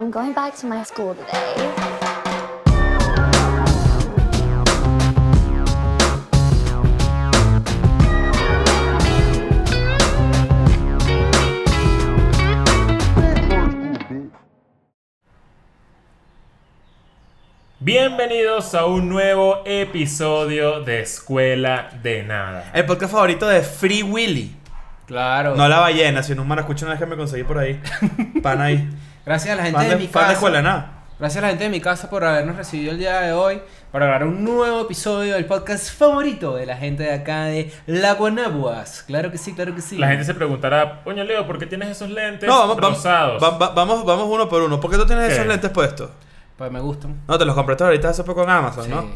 I'm going back to my school today. Bienvenidos a un nuevo episodio de Escuela de Nada. El podcast favorito de Free Willy. Claro. No la ballena, sino un maracucho una vez que me conseguí por ahí. Pan ahí. Gracias a la gente Pan de de, mi pan de casa. escuela de nada. Gracias a la gente de mi casa por habernos recibido el día de hoy para grabar un nuevo episodio del podcast favorito de la gente de acá de La Guanabuas. Claro que sí, claro que sí. La gente se preguntará, coño Leo, ¿por qué tienes esos lentes No, vamos, vamos, rosados? va- va- vamos, vamos uno por uno. ¿Por qué tú tienes ¿Qué? esos lentes puestos? Pues me gustan. No, te los compraste ahorita hace poco en Amazon, Sí. ¿no?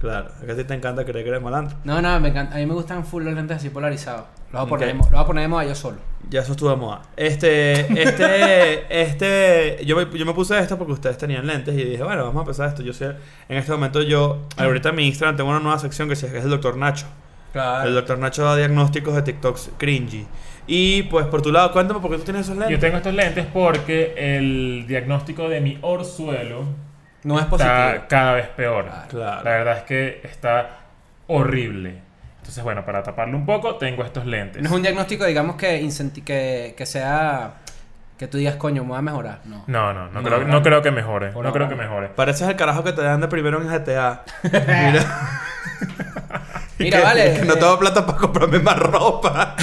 Claro, es que a ti te encanta creer que eres malandro. No, no, me encanta. A mí me gustan full los lentes así polarizados. Los voy a poner, Ok. de mo- los voy a poner de moda yo solo. Ya eso estuvo de moda. Este, este, este, yo me, yo me puse esto porque ustedes tenían lentes y dije, bueno, vamos a empezar esto. Yo sé, en este momento yo, ahorita en mi Instagram tengo una nueva sección que se- que es el Dr. Nacho. El Claro. Dr. Nacho da diagnósticos de TikToks cringy. Y pues por tu lado, cuéntame por qué tú tienes esos lentes. Yo tengo estos lentes porque el diagnóstico de mi orzuelo No es positivo. Ah, está cada vez peor. Claro. La verdad es que está horrible. Entonces, bueno, para taparlo un poco, tengo estos lentes. No es un diagnóstico, digamos, que, incenti- que, que sea. Que tú digas, coño, me voy a mejorar. No. No, no, no, No, creo, no. no creo que mejore. Por no creo ahora. que mejore. Pareces el carajo que te dan de primero en GTA. Mira, Y Mira, que- vale. que no eh, tengo plata para comprarme más ropa.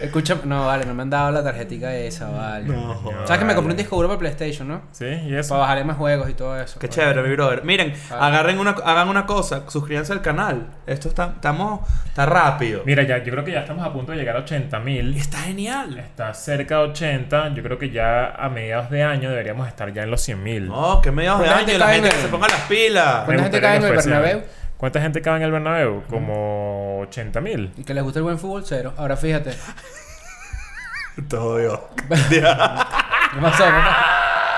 Escucha, no, vale, no me han dado la tarjetita esa, vale. No, Sabes joder. que me compré un disco duro para PlayStation, ¿no? ¿Sí? ¿Y Para eso? bajarle más juegos y todo eso. Qué pues. chévere, mi brother. Miren, Ah. agarren una, hagan una cosa, suscríbanse al canal. Esto está, estamos, está rápido. Mira, ya, yo creo que ya estamos a punto de llegar a 80 mil. Está genial. Está cerca de 80. Yo creo que ya a mediados de año deberíamos estar ya en los 100 mil. No, que mediados de ¿Cuánta año gente y la cae gente en que el- se ponga las pilas. ¿Cuánta gente cabe en el Bernabéu? ¿Cuánta gente cabe en el Bernabéu? Como 80 mil. Y que les gusta el buen fútbol, cero. Ahora fíjate. Todo Dios. ¿Qué pasó? papá?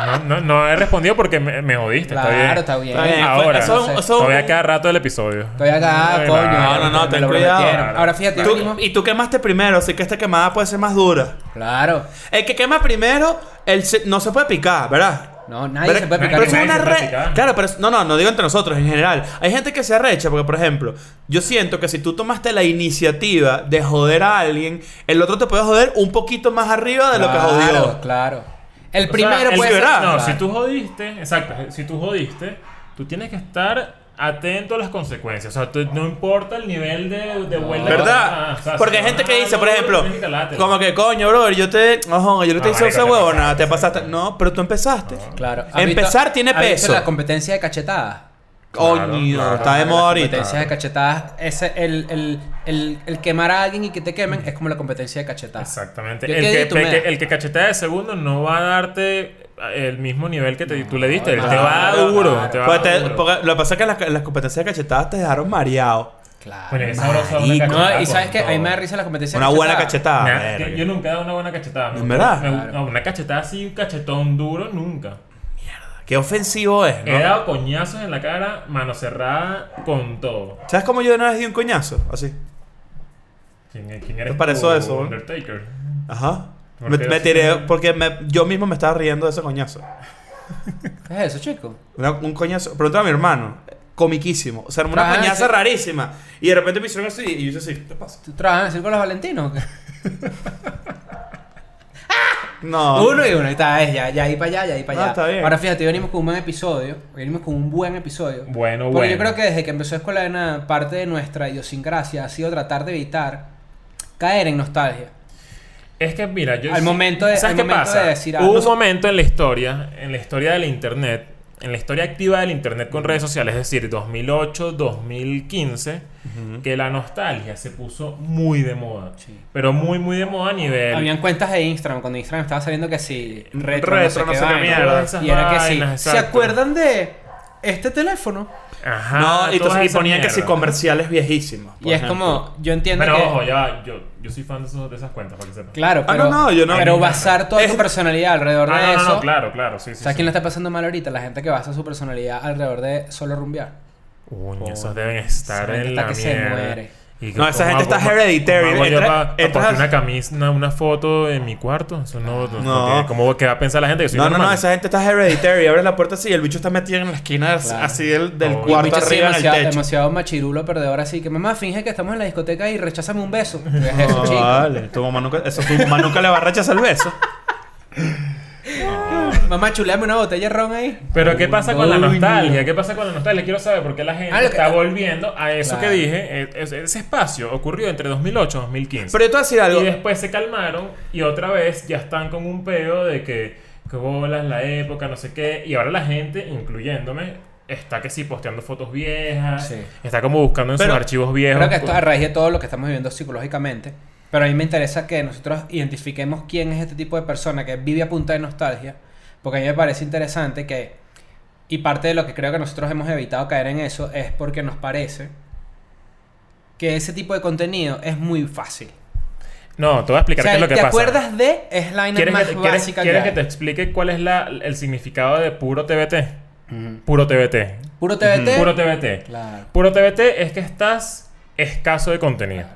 No, no, no he respondido porque me, me jodiste. está bien. Claro, está bien. Está bien, fue- Ahora. eso- No sé. eso- Todavía cada rato del episodio. Estoy acá, Ay, coño. no, no, no, me ten lo cuidado. prometieron. Ahora fíjate, Tú- venimos- y tú quemaste primero, así que esta quemada puede ser más dura. Claro. El que quema primero, el se- no se puede picar, ¿verdad? No, nadie Pero- se puede picar. pero eso con es nadie se una puede re- picar. Claro, pero es- no, no, no digo entre nosotros, en general. Hay gente que se arrecha porque, por ejemplo, yo siento que si tú tomaste la iniciativa de joder a alguien, el otro te puede joder un poquito más arriba de Ah, lo que Claro, jodió. claro. El O sea, primero pues. el puede ser. llorar. No, Claro. si tú jodiste, exacto, si tú jodiste, tú tienes que estar atento a las consecuencias. O sea, tú- no importa el nivel de, de vuelta. Ah, ¿Verdad? O sea, Porque hay si- gente ah, que dice, no, por no, ejemplo, tienes que calártelo. como que coño, bro, yo te. Ojo, yo No, te hice marico, esa te huevona, pasaste, te pasaste. No, pero tú empezaste. Claro. ¿Has Empezar visto- tiene has visto peso. la competencia de cachetadas? Coño, Claro, está de La moda ahorita. competencia de cachetadas. Ese, el, el, el, el quemar a alguien y que te quemen es como la competencia de cachetadas. Exactamente. Yo El qué que, di, tú me el que- das. el que cachetea de segundo no va a darte el mismo nivel que te- tú le diste. Él te claro, va a dar duro. claro. te va a Porque dar Pues te- duro. porque lo que pasa es que las, las competencias de cachetadas te dejaron mareado. Claro. Bueno, es sabroso una Marico. cachetada No, y con sabes que a mí todo. me da risa la competencia Una de buena cachetadas. cachetada. Nah, verga. yo nunca he dado una buena cachetada. Me ¿En gusta- verdad? me gusta- Claro. no, una cachetada así, un cachetón duro, nunca. Qué ofensivo es, He ¿no? dado coñazos en la cara, mano cerrada, con todo. ¿Sabes cómo yo una vez di un coñazo? Así. ¿Quién, quién eres ¿Te pareció tú, eso? Undertaker. Ajá. ¿Por Me, qué me así? tiré porque me- yo mismo me estaba riendo de ese coñazo. ¿Qué es eso, chico? Una- un coñazo. Preguntaba a mi hermano. Comiquísimo. O sea, una Ajá, coñaza Ah, sí. rarísima. Y de repente me hicieron así. Y yo hice así. ¿Qué pasa? ¿Tú trabajas en el circo de los Valentinos? o qué? No. Uno y uno, ahí está, es ya, ya ahí para allá, ya ahí para Ah, allá. está bien. Ahora fíjate, hoy venimos con un buen episodio, hoy venimos con un buen episodio. Bueno, Porque bueno. yo creo que desde que empezó Escuela de Nada, parte de nuestra idiosincrasia ha sido tratar de evitar caer en nostalgia. Es que mira, yo. Al momento de- ¿Sabes al qué momento pasa? de decir algo. Hubo un No- momento en la historia, en la historia del internet, en la historia activa del internet con redes sociales, es decir, 2008, 2015, que la nostalgia se puso muy de moda. Sí. Pero muy, muy de moda a nivel. Habían cuentas de Instagram, cuando Instagram estaba saliendo que sí, retro, Retro, no sé qué, vaina. mierda. Esas Y era que sí. vainas, ¿Se exacto. acuerdan de este teléfono? Ah, Ajá. No, y, todas entonces- y esas ponían que mierdas. si comerciales viejísimos. por Y es ejemplo. como, yo entiendo Pero que... ojo, ya, yo, yo soy fan de, esos- de esas cuentas, para que sepas. Claro, Ah, pero, no, no, yo no. pero basar toda tu Es- personalidad alrededor Ah, de no, no, eso. no, claro, claro, sí, sí. ¿Sabes sí. quién le está pasando mal ahorita? La gente que basa su personalidad alrededor de solo rumbear. Uy, esos deben estar Esa gente en está la que se mierda. muere. Y No, esa ¿cómo gente está cómo- cómo hereditary. hago yo Entra- pa- pa entras- poner una camisa, una, una foto en mi cuarto. Eso no, no, No. no tiene- ¿Cómo que va a pensar la gente que soy No, no, no, normal? esa gente está hereditary. Abres la puerta así y el bicho está metido en la esquina Claro. así del, del Oh. Y cuarto bicho así arriba en el demasiado, techo. demasiado machirulo perdedor así que mamá finge que estamos en la discoteca y recházame un beso. ¿Qué es No, eso, chico? vale. Tu mamá nunca, eso, tu mamá nunca le va a rechazar el beso. Mamá, chuleame una botella de ron ahí. Pero ¿qué pasa con la Uy, no. nostalgia? ¿Qué pasa con la nostalgia? Quiero saber por qué la gente Ah, lo que- está volviendo a eso Claro. que dije. eh, es- Ese espacio ocurrió entre 2008 y 2015. Pero yo te voy a decir algo. Y después se calmaron y otra vez ya están con un peo de que, que bolas la época, no sé qué. Y ahora la gente, incluyéndome, está que sí posteando fotos viejas, Sí. está como buscando en Pero- sus archivos viejos. pues. Creo que esto es a raíz de todo lo que estamos viviendo psicológicamente. Pero a mí me interesa que nosotros identifiquemos quién es este tipo de persona que vive a punta de nostalgia. Porque a mí me parece interesante que. Y parte de lo que creo que nosotros hemos evitado caer en eso es porque nos parece que ese tipo de contenido es muy fácil. No, te voy a O explicar sea, qué es lo que ¿te pasa. acuerdas de? Es la vaina ¿Quieres, más que, te- quieres- básica quieres que, que te hay. explique cuál es la- el significado de puro TBT? Ujú. Puro TBT. Puro TBT. Puro TBT. Claro. Puro TBT es que estás escaso de contenido.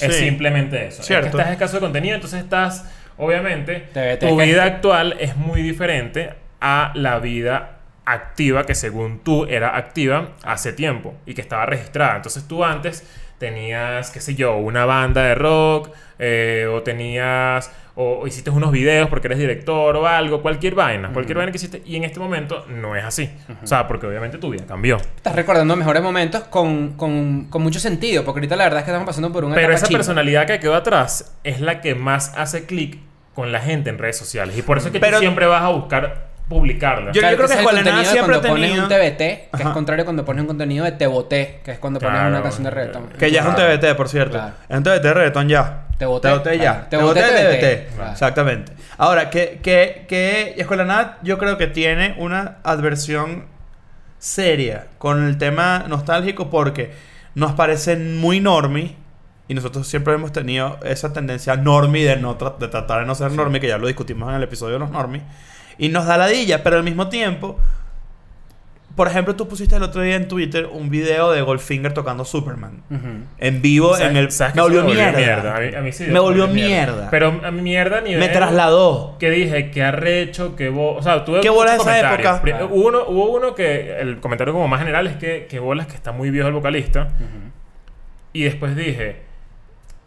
Es Sí. simplemente eso. Es que Cierto. estás escaso de contenido, entonces estás, obviamente, TBT tu que- vida actual es muy diferente a la vida activa que según tú era activa hace tiempo y que estaba registrada. Entonces tú antes tenías, qué sé yo, una banda de rock eh, o tenías o, o hiciste unos videos porque eres director o algo, cualquier vaina, cualquier vaina que hiciste y en este momento no es así. O sea, porque obviamente tu vida cambió. Estás recordando mejores momentos con, con, con mucho sentido. Porque ahorita la verdad es que estamos pasando por una Pero etapa esa chimba. personalidad que quedó atrás es la que más hace clic con la gente en redes sociales. Y por eso es que Pero- tú siempre vas a buscar publicarla. Yo- Claro, creo ese que es el Juan Lenada contenido de siempre cuando ha tenido- pones un TBT, que Ajá. es contrario cuando pones un contenido de te boté, que es cuando pones Claro. una canción de reggaetón. Que ya es un TBT, por cierto. Claro. Es un TBT de reggaetón ya. Te boté. ya. Claro. Te Te boté, boté, TBT. TBT. Claro. Exactamente. Ahora, que, que, que Escuela Nat yo creo que tiene una adversión seria con el tema nostálgico porque nos parece muy normie y nosotros siempre hemos tenido esa tendencia normie de, no tra- de tratar de no ser normie, que ya lo discutimos en el episodio de los normies. Y nos da ladilla, pero al mismo tiempo por ejemplo, tú pusiste el otro día en Twitter un video de Goldfinger tocando Superman. Ujú. En vivo, ¿Sabes- en el. sabes que Me eso volvió mierda. A mí, a mí sí. Me volvió mierda. eh, Pero a mí mierda a nivel... Me trasladó. Que dije, que arrecho, que vos... O sea, tuve ¿Qué muchos bola de esa comentarios. época? Pri- Claro. Hubo uno, hubo uno que... El comentario como más general es que... Que bolas que está muy viejo el vocalista. Y después dije...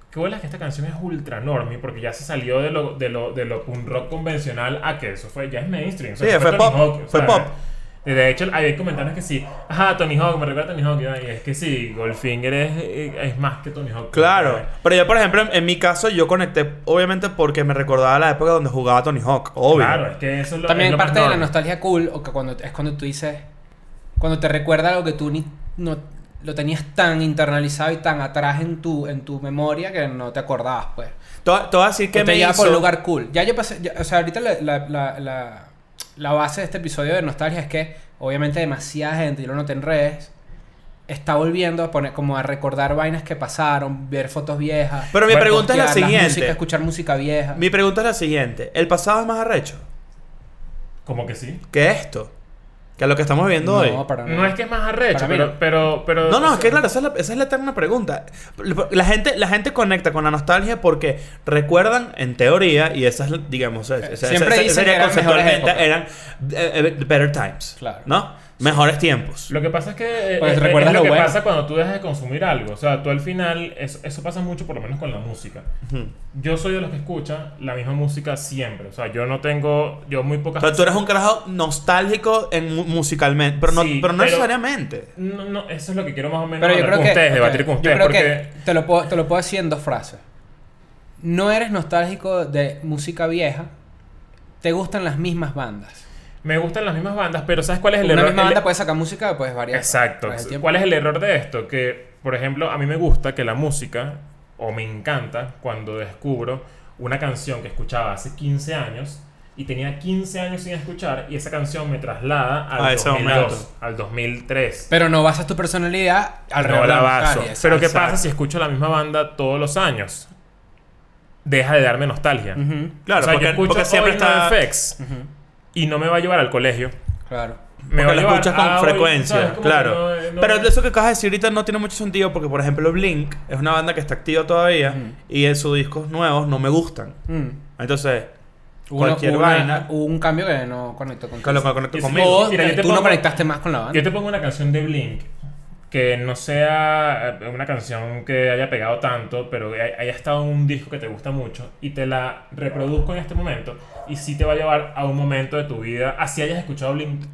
Que bolas que esta canción es ultra normie porque ya se salió de lo, de lo, de lo punk rock convencional a que eso fue... Ya es mainstream. O sea, Sí, eso fue Tony pop, Hawk, o fue sea, pop. de- De hecho, había comentarios que sí. Ajá, Tony Hawk, me recuerda a Tony Hawk. Y es que sí, Goldfinger es, es más que Tony Hawk. Claro. Pero yo, por ejemplo, en, en mi caso, yo conecté, obviamente, porque me recordaba la época donde jugaba Tony Hawk. Obvio. Claro, es que eso es lo, es También lo más parte de la normal. nostalgia cool, o que cuando, es cuando tú dices, cuando te recuerda algo que tú ni, no, lo tenías tan internalizado y tan atrás en tu, en tu memoria que no te acordabas, pues. Todo, todo así que que me te lleva hizo. por un lugar cool. Ya yo pasé, ya- o sea, ahorita la, la- la- la- la base de este episodio de nostalgia es que obviamente demasiada gente, yo lo noté en redes, está volviendo a poner como a recordar vainas que pasaron, ver fotos viejas. Pero mi ver pregunta es la postear las siguiente. músicas, escuchar música vieja. Mi pregunta es la siguiente: ¿el pasado es más arrecho Como que sí. que esto? Que lo que estamos viviendo hoy. No, para No es que es más arrecho, Para mí pero, no. pero, pero. No, no, es que claro, esa es la, esa es la eterna pregunta. La gente, la gente conecta con la nostalgia porque recuerdan, en teoría, y esas, digamos, esa- esa- Siempre esa- dicen sería que eran conceptualmente, mejores eran eh, eh, better times, Claro. ¿no? Mejores tiempos. Lo que pasa es que. eh, Pues es- es recuerdas lo lo que bueno. pasa cuando tú dejas de consumir algo. O sea, tú al final. Eso, eso pasa mucho, por lo menos con la música. Ujú. Yo soy de los que escuchan la misma música siempre. O sea, yo no tengo. Yo muy O pocas. sea, tú eres un carajo nostálgico en, mu- musicalmente, pero no, Sí, pero no pero- necesariamente. No, no, eso es lo que quiero más o menos Pero yo hablar creo con que. ustedes, ok, debatir con yo ustedes. creo Porque. que te lo, puedo, te lo puedo decir en dos frases. No eres nostálgico de música vieja, te gustan las mismas bandas. Me gustan las mismas bandas, pero ¿sabes cuál es el Una error? misma El- e- banda puede sacar música, puedes variar. Exacto. Pues, el tiempo. ¿Cuál es el error de esto? Que, por ejemplo, a mí me gusta que la música, o me encanta cuando descubro una canción que escuchaba hace 15 años y tenía 15 años sin escuchar y esa canción me traslada al A ese 2002, momento. al 2003. Pero no basas tu personalidad No alrededor la de la baso. nostalgia, Pero exacto. ¿qué pasa si escucho la misma banda todos los años? Deja de darme nostalgia. Ujú. Claro, O sea, yo porque, escucho porque siempre hoy está... NoFX y no me va a llevar al colegio. Claro. Me va a porque lo llevar escuchas con a- ¿sabes? frecuencia, Como claro. que no- no- Pero eso que acabas de decir ahorita no tiene mucho sentido porque, por ejemplo, Blink es una banda que está activa todavía Mm. y en sus discos nuevos no me gustan. Mm. Entonces, Hubo Cualquier una- vaina. Hubo un cambio que no conectó con que lo Kiss. conecto Y- conmigo. O Mira, yo te tú no pongo- conectaste más con la banda. Yo te pongo una canción de Blink que no sea eh, una canción que haya pegado tanto, pero que haya estado en un disco que te gusta mucho y te la reproduzco en este momento y sí te va a llevar a un momento de tu vida, así hayas escuchado Blink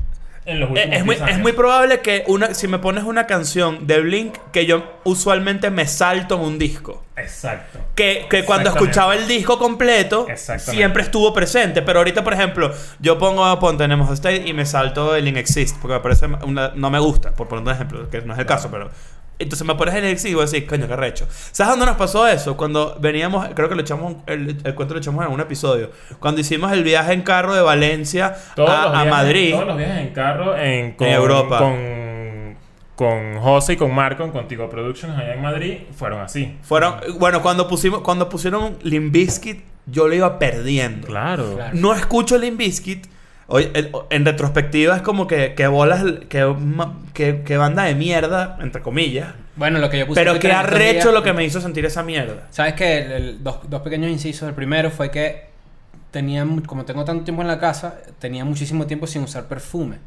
en los Eh, últimos Es muy, 10 es años. muy probable que una, si me pones una canción de Blink que yo usualmente me salto en un disco. Exacto. Que, que cuando Exactamente. escuchaba el disco completo, Exactamente. siempre estuvo presente. Pero ahorita, por ejemplo, yo pongo ah, Pon tenemos State y me salto el Inexist, porque me parece una- no me gusta, por poner un ejemplo, que no es el caso, pero. Entonces me pones el Inexist y voy a decir, coño, qué recho. ¿Sabes dónde nos pasó eso? Cuando veníamos, creo que lo echamos, el, el cuento lo echamos en algún episodio. Cuando hicimos el viaje en carro de Valencia Todos a, los a viajes- Madrid. Todos los viajes en carro en, con, Europa. Con, con José y con Marco en Contigo Productions allá en Madrid fueron así. Fueron, bueno, cuando pusimos, cuando pusieron Limbiskit, yo lo iba perdiendo. Claro. Claro. No escucho Limbiskit. Hoy, el- en retrospectiva es como que, que bolas, que, ma- que, que banda de mierda, entre comillas. Bueno, lo que yo puse. Pero en que Twitter en estos arrecho días- lo que me hizo sentir esa mierda. Sabes que el- el- dos, dos pequeños incisos. El primero fue que tenía, mu- como tengo tanto tiempo en la casa, tenía muchísimo tiempo sin usar perfume.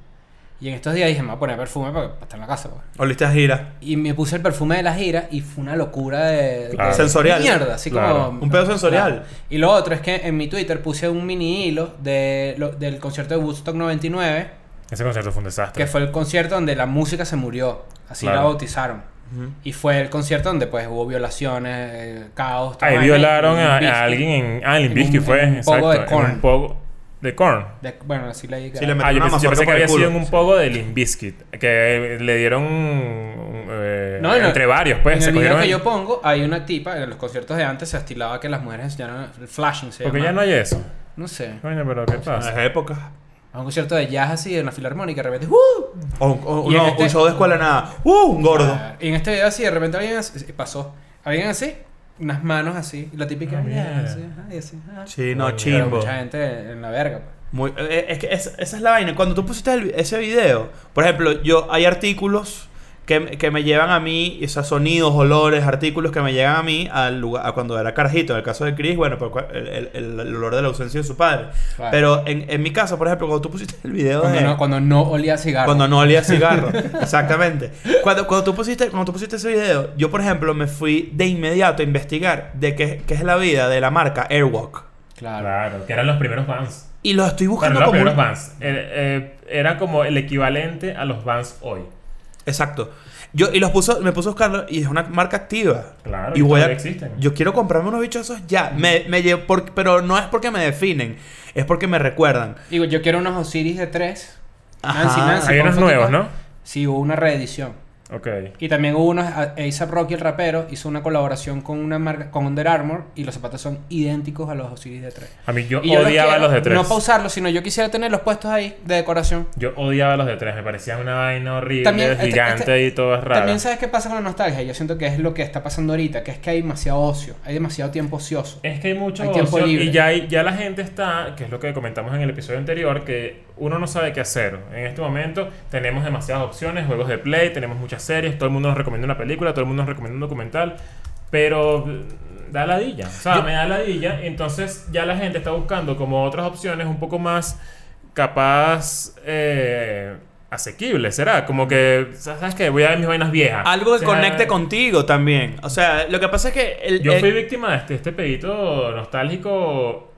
Y en estos días dije, me voy a poner perfume para, para estar en la casa. pues". Oliste a gira. Y me puse el perfume de la gira y fue una locura de, Claro. de Sensorial. Mierda, así Claro. como Un pedo sensorial. Claro. Y lo otro es que en mi Twitter puse un mini hilo de lo- del concierto de Woodstock 99, Ese concierto fue un desastre. que fue el concierto donde la música se murió, así la Claro. bautizaron. Y fue el concierto donde pues hubo violaciones, eh, caos. toda Ahí vaina, violaron y a, Limp Bizkit. a alguien en. Ah, en En un- Limbisky fue. en un exacto. pogo de en Korn. un pogo de Korn. De- bueno, así le dije. Sí, le Ah, metieron yo una pensé, yo mazorca pensé que por el había culo. sido en un pogo de Limbiskit. Que le dieron. eh, No, en el- entre varios, pues. en se el video cogieron que en- yo pongo, hay una tipa, en los conciertos de antes se estilaba que las mujeres enseñaron el flashing. Se Porque llama. ya no hay eso. No sé. Coño, pero ¿qué Ah, En pasa? las épocas. A un concierto de jazz así, de una filarmónica, de repente, ¡uh! O, o- Y en no, este- un show de escuela nada. ¡Uh! Un gordo. Y en este video así, de repente alguien así- pasó. Alguien así, unas manos así, y la típica. Ah, mira. así, ah, y así, ah. Sí, no, Pero Coño. chimbo. mucha gente en la verga. pues. Muy- eh, es que es- esa es la vaina. Cuando tú pusiste el- ese video, por ejemplo, yo hay artículos que, que me llevan a mí, o sea, sonidos, olores, artículos que me llegan a mí al lugar, a cuando era carajito. En el caso de Chris, bueno, por cua- el, el- el- el olor de la ausencia de su padre. Claro. Pero en, en mi caso, por ejemplo, cuando tú pusiste el video Cuando, de- no, cuando no olía a cigarro. cuando no olía cigarro. Exactamente. Cuando, cuando, tú pusiste, cuando tú pusiste ese video, yo, por ejemplo, me fui de inmediato a investigar de qué, qué es la vida de la marca Airwalk. Claro. Claro, que eran los primeros bands. Y lo estoy Bueno, buscando no los como... primeros un- bands. Eh, eh, era como el equivalente a los bands hoy. Exacto. Yo, y los puso, me puso a buscarlo y es una marca activa. Claro, y y voy a, todavía existen. Yo quiero comprarme unos bichos esos ya. Me, me lle- por- pero no es porque me definen, es porque me recuerdan. Digo, yo quiero unos Osiris de 3. Ajá. Nancy Nancy. Hay ¿cómo unos fue que nuevos, fue? ¿no? Sí, hubo una reedición. Ok. Y también hubo unos ah, A$AP Rocky el rapero hizo una colaboración con una marca con Under Armour y los zapatos son idénticos a los Osiris de 3. A mí yo, odiaba los de tres. No para usarlos, sino yo quisiera tener los puestos ahí de decoración. Yo odiaba los de tres, me parecía una vaina horrible, También, este- gigante este- y todo es raro. También sabes qué pasa con la nostalgia, yo siento que es lo que está pasando ahorita, que es que hay demasiado ocio, hay demasiado tiempo ocioso. Es que hay mucho Hay tiempo ocio libre. y ya, hay- ya la gente está, que es lo que comentamos en el episodio anterior, que uno no sabe qué hacer. En este momento tenemos demasiadas opciones, juegos de play, tenemos muchas series, todo el mundo nos recomienda una película, todo el mundo nos recomienda un documental, pero mm, da ladilla, o sea, me da ladilla, entonces ya la gente está buscando como otras opciones un poco más capaz eh, asequibles, ¿será? Como que, ¿sabes qué? Voy a ver mis vainas viejas. Algo que O sea, conecte contigo también. O sea, lo que pasa es que... El, ah. yo Eh, el- fui víctima de este, este pedito nostálgico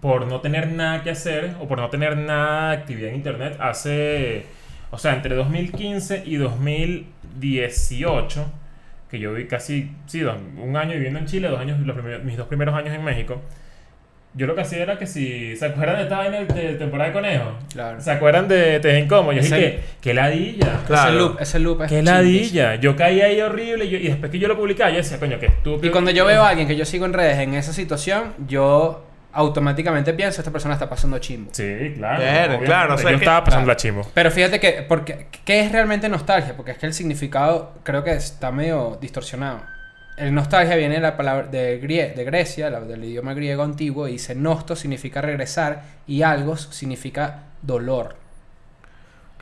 por no tener nada que hacer o por no tener nada de actividad en internet hace, o sea, entre 2015 y 2018, que yo vi casi, sí, dos- un año viviendo en Chile, dos años, los primeros- mis dos primeros años en México. Yo lo que hacía era que si. ¿Se acuerdan de esta vaina de temporada de conejo? Claro. ¿Se acuerdan de Te ven como? Yo dije, Ese- que ¡Qué ladilla! Claro. Ese loop, ese loop es ¡Qué chimbo. ladilla! Yo caí ahí horrible y, yo- y después que yo lo publicaba, yo decía, coño, qué estúpido. Y cuando yo veo a alguien que yo sigo en redes en esa situación, yo automáticamente pienso, esta persona está pasando chimbo. Sí, claro. Claro, obviamente. claro, o sea, yo que- Ah. estaba pasando claro. la chimbo. Pero fíjate que, porque, ¿qué es realmente nostalgia? Porque es que el significado creo que está medio distorsionado. El nostalgia viene de la palabra de, Grie- de Grecia, la- del idioma griego antiguo, y dice nosto significa regresar y algos significa dolor.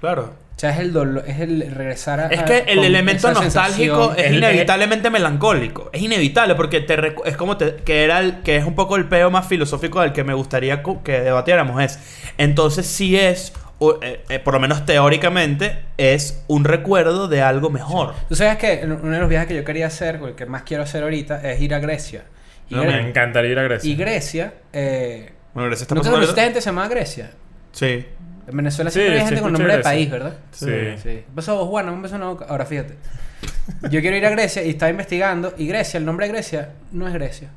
Claro. O sea, es el dolor, es el regresar a. Es a- que el con elemento esa nostálgico sensación. es El- inevitablemente melancólico. Es inevitable porque te recu- es como te- que era el, que es un poco el peo más filosófico del que me gustaría cu- que debatiéramos es. Entonces sí es o, eh, eh, por lo menos teóricamente es un recuerdo de algo mejor. Tú sabes que uno de los viajes que yo quería hacer, o el que más quiero hacer ahorita, es ir a Grecia. Y, No, Gre- Me encantaría ir a y Grecia. Grecia. Eh, Bueno, gracias ¿Nunca pasando- conociste gente que se llamaba Grecia? Sí. En Venezuela Sí, siempre hay se gente con escucha nombre de Grecia. país, ¿verdad? Sí. Sí. Pues, Un beso a vos, Juana, un beso no. Ahora fíjate. Yo quiero ir a Grecia y estaba investigando. Y Grecia, el nombre de Grecia no es Grecia.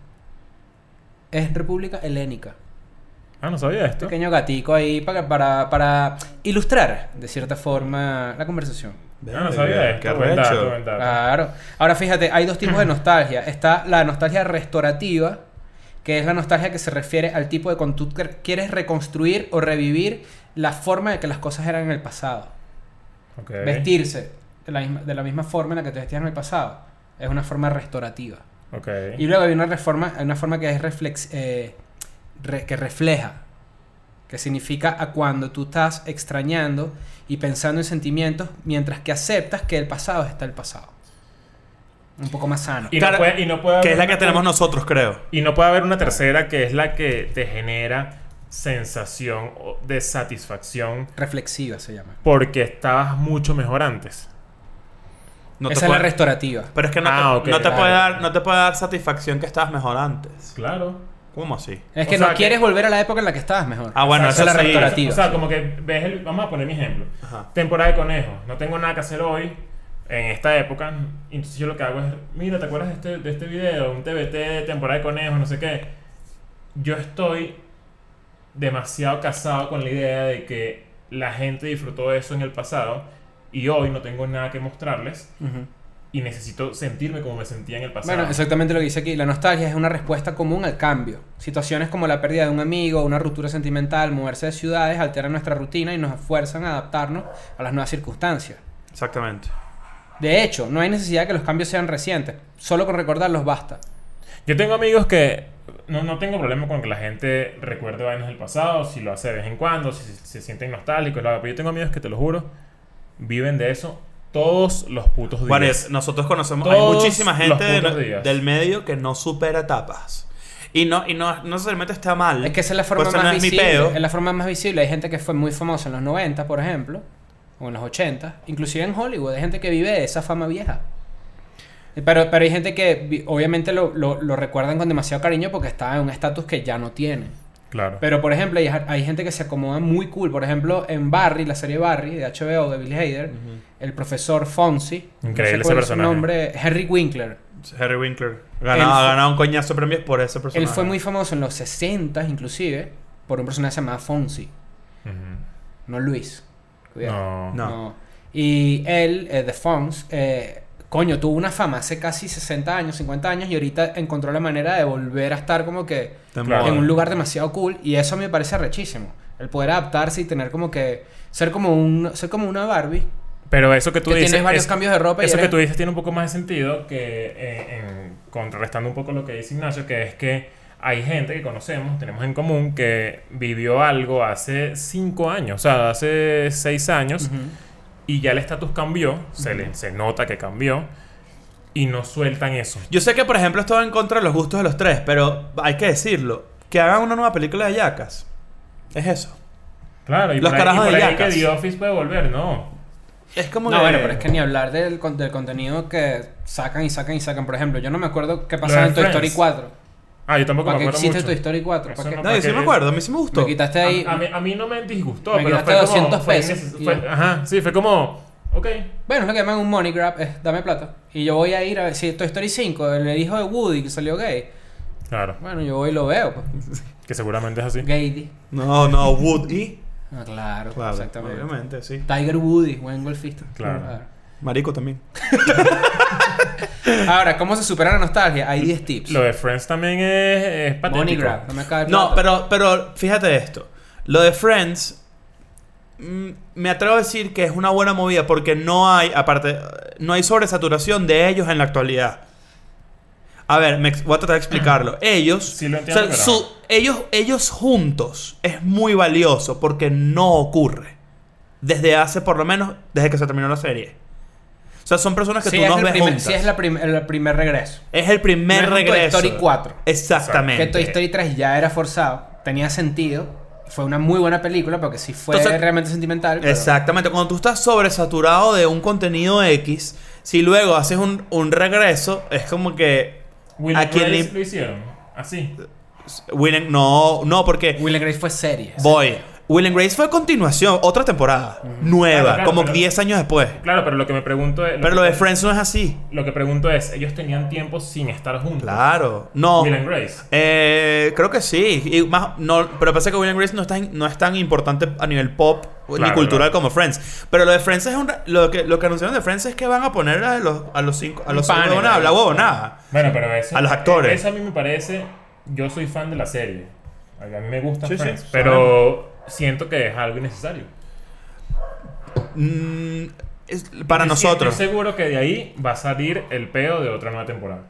Es República Helénica. Ah, no sabía esto. Pequeño gatico ahí para, para, para ilustrar, de cierta forma, la conversación. Ah, no sabía Qué esto. Buen dato, arrecho. buen dato. Claro. Ahora fíjate, hay dos tipos de nostalgia. Está la nostalgia restaurativa, que es la nostalgia que se refiere al tipo de cuando tú cre- quieres reconstruir o revivir la forma de que las cosas eran en el pasado. Ok. Vestirse de la, misma, de la misma forma en la que te vestías en el pasado es una forma restaurativa. Ok. Y luego hay una reforma, hay una forma que es reflex, eh, re- que refleja, que significa a cuando tú estás extrañando y pensando en sentimientos mientras que aceptas que el pasado está el pasado. Un poco más sano. Y no Claro, puede, y no puede Que es haber la que una- tenemos nosotros, creo. Y no puede haber una tercera que es la que te genera sensación o- de satisfacción Reflexiva se llama. porque estabas mucho mejor antes. No te Esa es la puede- restaurativa. Pero es que no, Ah, te, ok, no te claro. puede dar, no te puede dar satisfacción que estabas mejor antes. Claro. ¿Cómo así? Es O que sea no que- quieres volver a la época en la que estabas mejor. Ah, bueno, esa es la eso sí. restaurativa. O sea, como que ves el... Vamos a poner mi ejemplo. Ajá. Temporada de conejos. No tengo nada que hacer hoy, en esta época. Entonces yo lo que hago es... Mira, ¿te acuerdas de este, de este video? Un TBT de temporada de conejos, no sé qué. Yo estoy demasiado casado con la idea de que la gente disfrutó eso en el pasado y hoy no tengo nada que mostrarles Ujú. y necesito sentirme como me sentía en el pasado. Bueno, exactamente lo que dice aquí. La nostalgia es una respuesta común al cambio. Situaciones como la pérdida de un amigo, una ruptura sentimental, moverse de ciudades, alteran nuestra rutina y nos fuerzan a adaptarnos a las nuevas circunstancias. Exactamente. De hecho, no hay necesidad de que los cambios sean recientes. Solo con recordarlos basta. Yo tengo amigos que no, no tengo problema con que la gente recuerde vainas del pasado, si lo hace de vez en cuando, si se, se sienten nostálgicos, lo haga. Pero yo tengo amigos que, te lo juro, viven de eso todos los putos días. Varias. Nosotros conocemos, hay Todos muchísima gente los putos del- días. del medio que no supera etapas. Y no, y no, no necesariamente está mal. Es que esa es la forma Pues eso más no es mi visible. peo. Es la forma más visible. Hay gente que fue muy famosa en los 90, por ejemplo, o en los 80, inclusive en Hollywood. Hay gente que vive de esa fama vieja. Pero, pero hay gente que vi- obviamente lo, lo- lo recuerdan con demasiado cariño porque está en un estatus que ya no tiene. Claro. Pero por ejemplo, hay, hay gente que se acomoda muy cool. Por ejemplo, en Barry, la serie Barry de HBO de Bill Hader, el profesor Fonzie, cuál Increíble ese es su personaje. nombre, Henry Winkler. Harry Winkler. Él Ganado, fue- ha ganado un coñazo de premios por ese personaje. Él fue muy famoso en los 60 inclusive por un personaje llamado Fonzie. Ujú. No Luis. Cuidado. No. No. Y él, eh, The Fonz, eh, coño, tuvo una fama hace casi 60 años, 50 años, y ahorita encontró la manera de volver a estar como que De Claro. moda. en un lugar demasiado cool. Y eso a mí me parece rechísimo. El poder adaptarse y tener como que. ser como un. ser como una Barbie. Pero eso que tú que dices. tienes varios es- cambios de ropa y Eso eres- que tú dices tiene un poco más de sentido que eh, en- contrarrestando un poco lo que dice Ignacio, que es que hay gente que conocemos, tenemos en común, que vivió algo hace cinco años, o sea, hace seis años, Ujú. y ya el estatus cambió, se, le, se nota que cambió, y no sueltan eso. Yo sé que, por ejemplo, esto va en contra de los gustos de los tres, pero hay que decirlo. Que hagan una nueva película de Yacas. Es eso. Claro, y Los por ahí, carajos y por de ahí que yacas. The Office puede volver, no. Es como No, que- bueno, pero es que ni hablar del, con- del contenido que sacan y sacan y sacan. Por ejemplo, yo no me acuerdo qué pasaba de en Toy Story Friends. 4. Ah, yo tampoco ¿Para me qué acuerdo existe mucho. Toy Story 4? Eso ¿Para qué? no No, yo sí me Porque- acuerdo. A mí sí me gustó. Me quitaste ahí. A, a mí, a mí no me disgustó, Me pero quitaste fue 200 como... fue pesos innece- y fue- ya. ajá, sí, fue como... Ok, Bueno, es lo que llaman un money grab, es dame plata. Y yo voy a ir a ver si Toy Story 5, el hijo de Woody que salió gay. claro, Bueno, yo voy y lo veo, pues. que seguramente es así. Gay. No, no, Woody. Ah, claro, Claro, exactamente. obviamente, sí. Tiger Woody, buen golfista. Claro. Marico también. Claro. Ahora, ¿cómo se supera la nostalgia? Hay 10 tips. Lo de Friends también es, es patético. money grab, no me cae No, plata. pero, pero fíjate esto. Lo de Friends, mm, me atrevo a decir que es una buena movida porque no hay, aparte, no hay sobresaturación de ellos en la actualidad. A ver, me ex- voy a tratar de explicarlo. Ellos, Sí, lo entiendo, o sea, pero- su- ellos, ellos juntos es muy valioso porque no ocurre. desde hace por lo menos desde que se terminó la serie. O sea, son personas que Sí, tú es no el ves primer- juntas. sí, es la prim- el primer regreso. Es el primer No es un Toy regreso. Story 4. Exactamente. Que Toy Story 3 ya era forzado, tenía sentido, fue una muy buena película porque sí fue Entonces- realmente sentimental. pero- Exactamente. Cuando tú estás sobresaturado de un contenido X, si luego haces un, un regreso, es como que. Will ¿A quién Grace le- lo hicieron? Así. Will and- no, no, porque. Will and Grace fue serie. Voy. Will and Grace fue a continuación, otra temporada. Nueva, Claro, claro, como pero- 10 años después. Claro, pero lo que me pregunto es. Pero lo, lo que, de Friends no es así. lo que pregunto es, ellos tenían tiempo sin estar juntos. Claro. No. Will and Grace. Eh, creo que sí. Y más, no, pero pasa que Will and Grace no es tan, no es tan importante a nivel pop ni Claro, cultural claro. como Friends. Pero lo de Friends es un, re- lo que lo que anunciaron de Friends es que van a poner a los a los cinco a los Un panel, cinco huevones a hablar ¿no? huevonada. Bueno, pero eso. A los actores. Eso a mí me parece. Yo soy fan de la serie. A mí me gusta Sí, sí, Friends. sabemos. pero siento que es algo innecesario. Mm, es- para Yo sí- nosotros Estoy seguro que de ahí va a salir el peo de otra nueva temporada.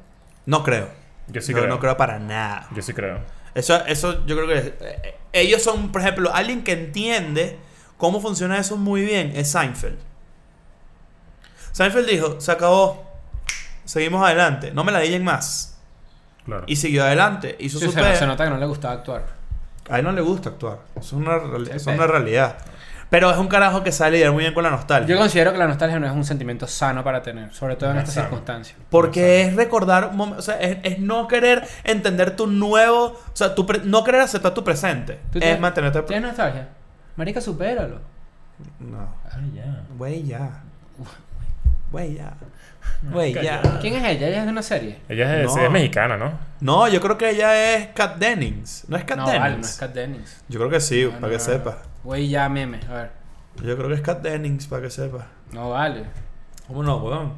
no creo. Yo sí Yo creo. no creo para nada. Yo sí creo. Eso eso yo creo que eh, ellos son por ejemplo alguien que entiende cómo funciona eso muy bien es Seinfeld. Seinfeld dijo se acabó, seguimos adelante, no me la digan más. Claro. Y siguió adelante. Hizo Sí, su se, peo. se nota que no le gustaba actuar. A él no le gusta actuar. Es una, reali- Sí, es sí. una realidad. Pero es un carajo que sabe lidiar muy bien con la nostalgia. Yo considero que la nostalgia no es un sentimiento sano para tener, sobre todo en No es estas sano. circunstancias. Porque es recordar, mom- o sea, es, es no querer entender tu nuevo, o sea, tu pre- no querer aceptar tu presente. ¿Tú es tienes- mantenerte... ¿Tienes nostalgia? Marica, supéralo. No. Ay, ya. Güey, ya. Güey, ya. Güey, ya. ¿Quién es ella? Ella es de una serie. Ella es, No. es mexicana, ¿no? No, yo creo que ella es Kat Dennings. ¿No es Kat no, Dennings? vale, no es Kat Dennings. Yo creo que sí, No, no, para que no, sepas. no. Güey, ya meme. A ver. Yo creo que es Kat Dennings, para que sepas. No vale. ¿Cómo no, weón? Yo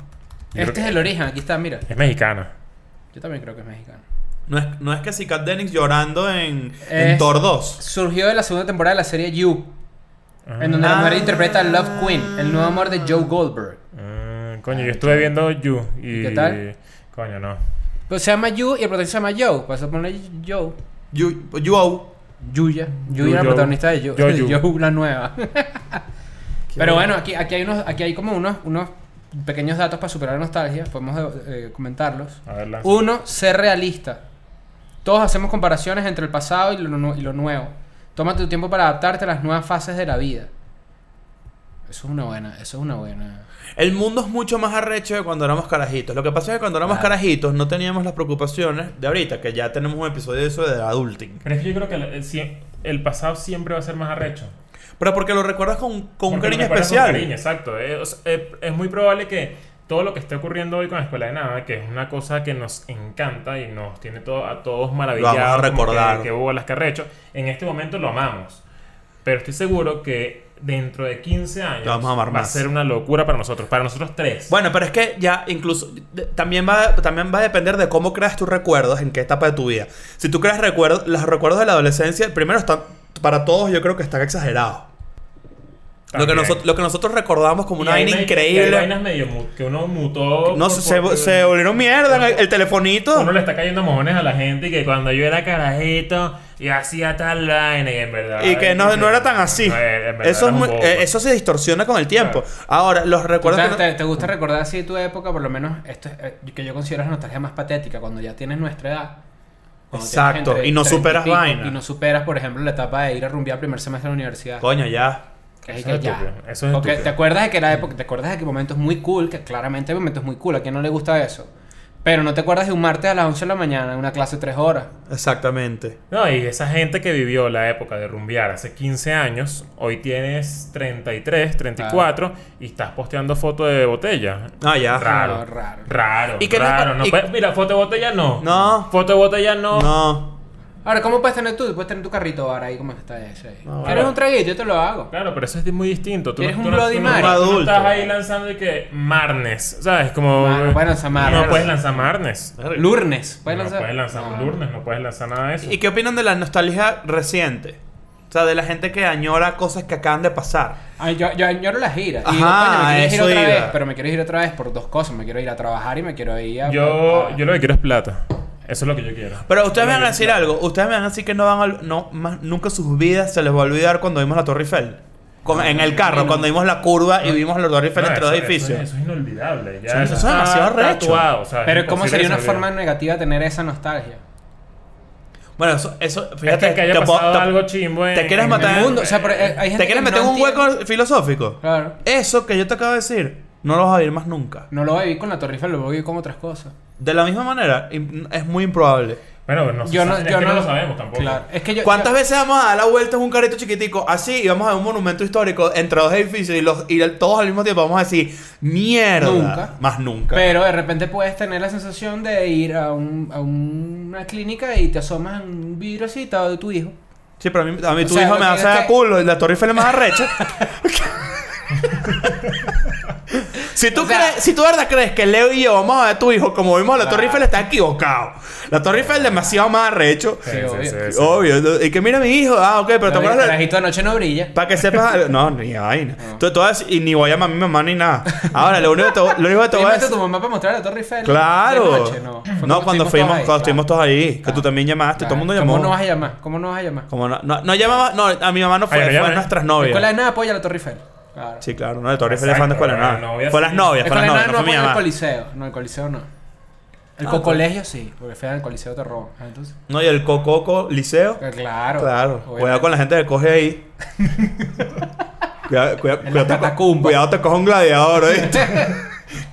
creo este que- es el origen, aquí está, mira. Es mexicana. Yo también creo que es mexicano. No es, no es que si Kat Dennings llorando en, en Es- Thor 2. Surgió de la segunda temporada de la serie You, en donde la Ah. mujer interpreta a Love Queen, el nuevo amor de Joe Goldberg. Mm, coño, yo estuve viendo You y... Ah, ¿Y qué tal? Coño, no. Pero Pues se llama You y el protagonista se llama Joe. Pasó a poner Joe. You, you owe. Yuya. Yu, Yuya era la Joe. protagonista de Joe. Yo, Yu. Joe, la nueva. Pero bueno, aquí, aquí, hay unos, aquí hay como unos, unos pequeños datos para superar la nostalgia. Podemos eh, comentarlos. A ver, lanza. Uno, ser realista. Todos hacemos comparaciones entre el pasado y lo, nu- y lo nuevo. Tómate tu tiempo para adaptarte a las nuevas fases de la vida. Eso es una buena, eso es una buena. El mundo es mucho más arrecho de cuando éramos carajitos. Lo que pasa es que cuando éramos Claro. carajitos no teníamos las preocupaciones de ahorita, que ya tenemos un episodio de eso de adulting. Pero es que yo creo que el, el sie- el pasado siempre va a ser más arrecho. Pero porque lo recuerdas con, con un Porque lo cariño recuerdas con especial. cariño, exacto. Eh, o sea, eh, es muy probable que todo lo que esté ocurriendo hoy con la Escuela de Nada, que es una cosa que nos encanta y nos tiene todo, a todos maravillados. Lo vamos a como recordar. Que, que bolas, que arrecho. En este momento lo amamos. Pero estoy seguro que dentro de 15 años Lo vamos a amar va más. a ser una locura para nosotros. Para nosotros tres. Bueno, pero es que ya incluso de- también va, también va a depender de cómo creas tus recuerdos, en qué etapa de tu vida. Si tú creas recuerdos, los recuerdos de la adolescencia, primero están, para todos yo creo que están exagerados. Lo que, También. nosotros, lo que nosotros recordamos Y como una hay vainas- vaina y Hay increíble. vainas medio mu- que uno mutó. No, por- se, se, por- se volvieron mierda el, el telefonito. Uno le está cayendo mojones a la gente y que cuando yo era carajito y hacía tal vaina y en verdad. Y que no, no era tan así. No, en verdad Eso, es era un muy- bobo. eh, eso se distorsiona con el tiempo. Ahora, los recuerdos... ¿Te, que no- te- te gusta recordar así tu época? Por lo menos esto es, eh, que yo considero la nostalgia más patética, cuando ya tienes nuestra edad. cuando tienes Exacto, entre y no 30 superas pico, vaina. Y no superas, por ejemplo, la etapa de ir a rumbear primer semestre de la universidad. Coño, ya. Que es Eso que es ya. estúpido, eso es Porque estúpido. te acuerdas de que era época, te acuerdas de que momentos muy cool, que claramente hay momentos muy cool, a quien no le gusta eso. Pero no te acuerdas de un martes a las 11 de la mañana, una clase de 3 horas. Exactamente. No, y esa gente que vivió la época de rumbear hace 15 años, hoy tienes 33, 34 Ah. y estás posteando fotos de botella. No, ya. Raro. No, raro. Raro. Y que no- raro. No y- puedes- mira, foto de botella no. No. Foto de botella no. No. Ahora, ¿cómo puedes tener tú? Puedes tener tu carrito ahora ahí como está ese. ahí. No, ¿Quieres vale. un traguito? Yo te lo hago. Claro, pero eso es muy distinto. Tú, Eres no- un tú no- Bloody tú no- Mary. tú no Adulto. estás ahí lanzando de que marnes, ¿sabes? Como Ah, no puedes lanzar marnes. No puedes lanzar marnes. Lurnes. ¿Puedes no lanzar? Ah. puedes lanzar No. un lunes, no puedes lanzar nada de eso. ¿Y qué opinan de la nostalgia reciente? O sea, de la gente que añora cosas que acaban de pasar. Ay, Ah, yo, yo añoro las giras. Y digo, Ajá, coño, me quiero ir eso otra iba. vez, pero me quiero ir otra vez por dos cosas. Me quiero ir a trabajar y me quiero ir a... Yo, a- yo lo que quiero es plata. Eso es lo que yo quiero. Pero ustedes me van a decir algo. Ustedes me van a decir que no van a... No, más, nunca sus vidas se les va a olvidar cuando vimos la Torre Eiffel. con- en el carro, cuando vimos la curva y vimos los dos No, diferentes eso- los eso- edificios. Eso, es inolvidable. Ya Eso- eso es está demasiado recho. tatuado, o sea, es Pero ¿cómo imposible sería una desolviar. forma negativa tener esa nostalgia? Bueno, eso, eso Es fíjate que, que haya te puedo- pasado te- algo chimbo en, te quieres en- matar. en- El mundo, o sea, pero eh, hay- hay gente ¿Te quieres que meter no en un hueco entiende- filosófico? Claro. Eso que yo te acabo de decir, no lo vas a vivir más nunca. No lo voy a vivir con la Torre Eiffel, lo voy a vivir con otras cosas. De la misma manera, im- es muy improbable. Bueno, no, Yo no, es yo que no, no lo sabemos tampoco. Claro. Es que yo, ¿Cuántas yo- veces vamos a dar la vuelta en un carrito chiquitico así y vamos a un monumento histórico entre dos edificios y, los, y todos al mismo tiempo vamos a decir mierda? Nunca. Más nunca. Pero de repente puedes tener la sensación de ir a, un- a una clínica y te asomas en un vidrio así y está tu hijo. sí, pero a mí, a mí O tu sea, hijo lo me que hace es a que- culo y la Torre Eiffel es más arrecha. si, tú O sea- crees- si tú de verdad crees que Leo y yo vamos a ver a tu hijo como vimos a la Torre Eiffel, estás equivocado. La Torre Eiffel es demasiado más arrecho. Sí, Sí, sí, obvio. sí, sí. Obvio. Y que mira a mi hijo. Ah, ok, pero te Pero el acuerdas de- carajito anoche no brilla. Para que sepas. No, ni vaina. Tú, tú vas- y ni voy a llamar a mi mamá ni nada. Ahora, lo único que te, lo único que te voy a Imagínate a tu decir. mamá para mostrar la Torre Eiffel. de Claro. noche, no, no, Fue cuando fuimos, cuando estuvimos todos todos ahí, que Claro. tú también llamaste, ahí, claro. todo el mundo Claro. llamó. ¿Cómo no vas a llamar? ¿Cómo no vas a llamar? Como no, no, no llamaba, no, a mi mamá no fue, Ay, no fueron llamé. nuestras Escuela de novias. nada apoya la Torre Eiffel. Claro. Sí, claro, no, de Torre Eiffel es Exacto, fan de escuela de la nada. novia Fue las sí. novias, fue Escuela las de nada novias, no no fue mi apoya el mamá. coliseo. No, el coliseo no. El Ah, cocolegio sí, porque fue el coliseo te roban. Ah, Entonces, No, y el Cococo Liceo. eh, claro. Claro, obviamente. cuidado con la gente que coge ahí. cuidado, cuidado, En las cuidado, te co- catacumbas. cuidado, te coge un gladiador, ¿oíste?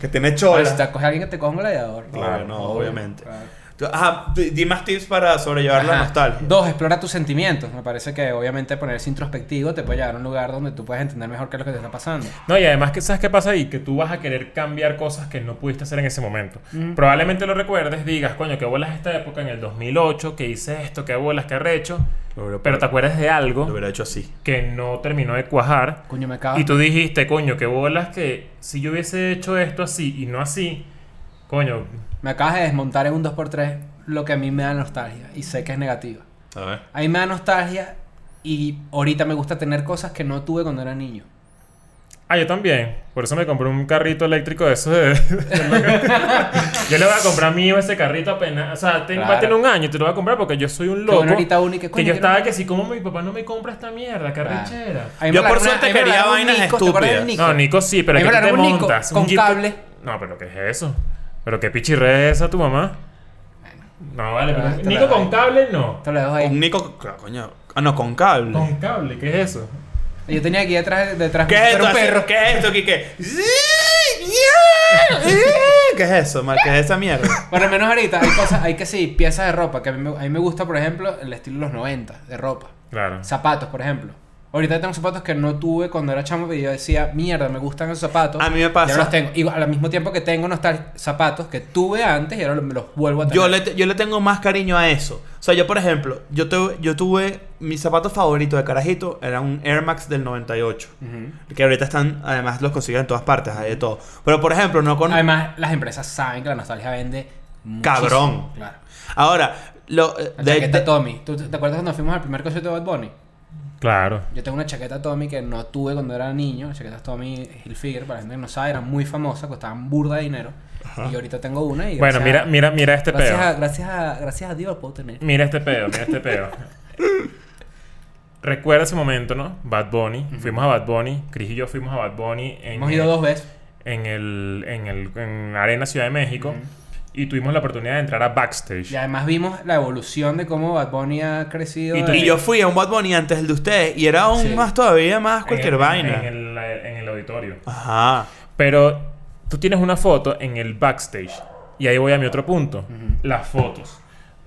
que tiene Ahora, si cholas. te acoge alguien que te coge un gladiador. Claro, no, obvio, obviamente. claro. Ajá, di di más tips para sobrellevar la Ajá. nostalgia. Dos, explora tus sentimientos. Me parece que obviamente ponerse introspectivo te puede llevar a un lugar donde tú puedes entender mejor qué es lo que te está pasando. No, y además, que ¿sabes qué pasa ahí? Que tú vas a querer cambiar cosas que no pudiste hacer en ese momento. Mm. Probablemente lo recuerdes, digas, coño, qué bolas esta época en el 2008, que hice esto, qué bolas, qué arrecho. Lo hubiera- Pero te acuerdas de Lo algo hubiera hecho así. que no terminó de cuajar. Coño, me acaba. Y tú dijiste, coño, qué bolas que si yo hubiese hecho esto así y no así, coño, Me acabas de desmontar en un 2x3 lo que a mí me da nostalgia y sé que es negativa. A ver. A mí me da nostalgia y ahorita me gusta tener cosas que no tuve cuando era niño. Ah, yo también. Por eso me compré un carrito eléctrico de esos de- yo le voy a comprar a mi hijo ese carrito apenas. O sea, te- va a Claro. tener un año y te lo voy a comprar porque yo soy un loco. bueno, ahorita uno y que, que, coño, yo quiero estaba un- que si como mi papá no me compra esta mierda, qué Claro. arrechera. A mí Yo me por regalaron suerte a mí me quería regalaron un vainas Nico, ¿te acuerdas del estúpidas. No, Nico sí, A pero mí que me tú te regalaron un Nico montas. con Jeep- cable. No, pero ¿qué es eso? ¿Pero qué pichirre es esa tu mamá? No, vale. Ah, Pero... te la Nico doy. con cable no. Te lo dejo ahí. Con Nico, claro, coño. Ah, no, con cable. Con cable, ¿qué es eso? Yo tenía aquí detrás, detrás ¿Qué mío, es era esto? un perro. ¿Qué es esto, Kike? ¿Qué es eso, mal? ¿Qué es esa mierda? Por lo menos ahorita hay cosas, hay que sí, piezas de ropa, que a mí, me, a mí me gusta, por ejemplo, el estilo de los 90, de ropa. Claro. Zapatos, por ejemplo. Ahorita tengo zapatos que no tuve cuando era chamo y yo decía, mierda, me gustan esos zapatos. A mí me pasa. Ya no los tengo. Y al mismo tiempo que tengo nostal- zapatos que tuve antes y ahora me los vuelvo a tener. Yo le, te- yo le tengo más cariño a eso. O sea, yo, por ejemplo, yo, tuve- yo tuve. Mi zapato favorito de carajito era un Air Max del 98. Mm. Ujú. Que ahorita están, además los consiguen en todas partes, hay de todo. Pero, por ejemplo, no con. Además, las empresas saben que la nostalgia vende muchísimo. Cabrón. Claro. Ahora, lo. eh, La de- chaqueta de- Tommy. ¿Tú te te acuerdas cuando fuimos al primer concierto de Bad Bunny? Claro. Yo tengo una chaqueta Tommy que no tuve cuando era niño. Chaquetas Tommy Hilfiger, para la gente que no sabe, eran muy famosas, costaban burda de dinero. Y ahorita tengo una y Bueno, gracias mira, a- mira, mira este gracias pedo. a, gracias, a, gracias a Dios la puedo tener. Mira este pedo, mira este pedo. Recuerda ese momento, ¿no? Bad Bunny. Fuimos a Bad Bunny. Chris y yo fuimos a Bad Bunny en, Hemos ido dos veces. en el, en el en Arena Ciudad de México. Y tuvimos la oportunidad de entrar a backstage. Y además vimos la evolución de cómo Bad Bunny ha crecido. Y tú- de- Y yo fui a un Bad Bunny antes del de ustedes y era aún Sí. más todavía más En cualquier el- vaina. En el, en el auditorio. Ajá. Pero tú tienes una foto en el backstage. Y ahí voy a mi otro punto. Las fotos.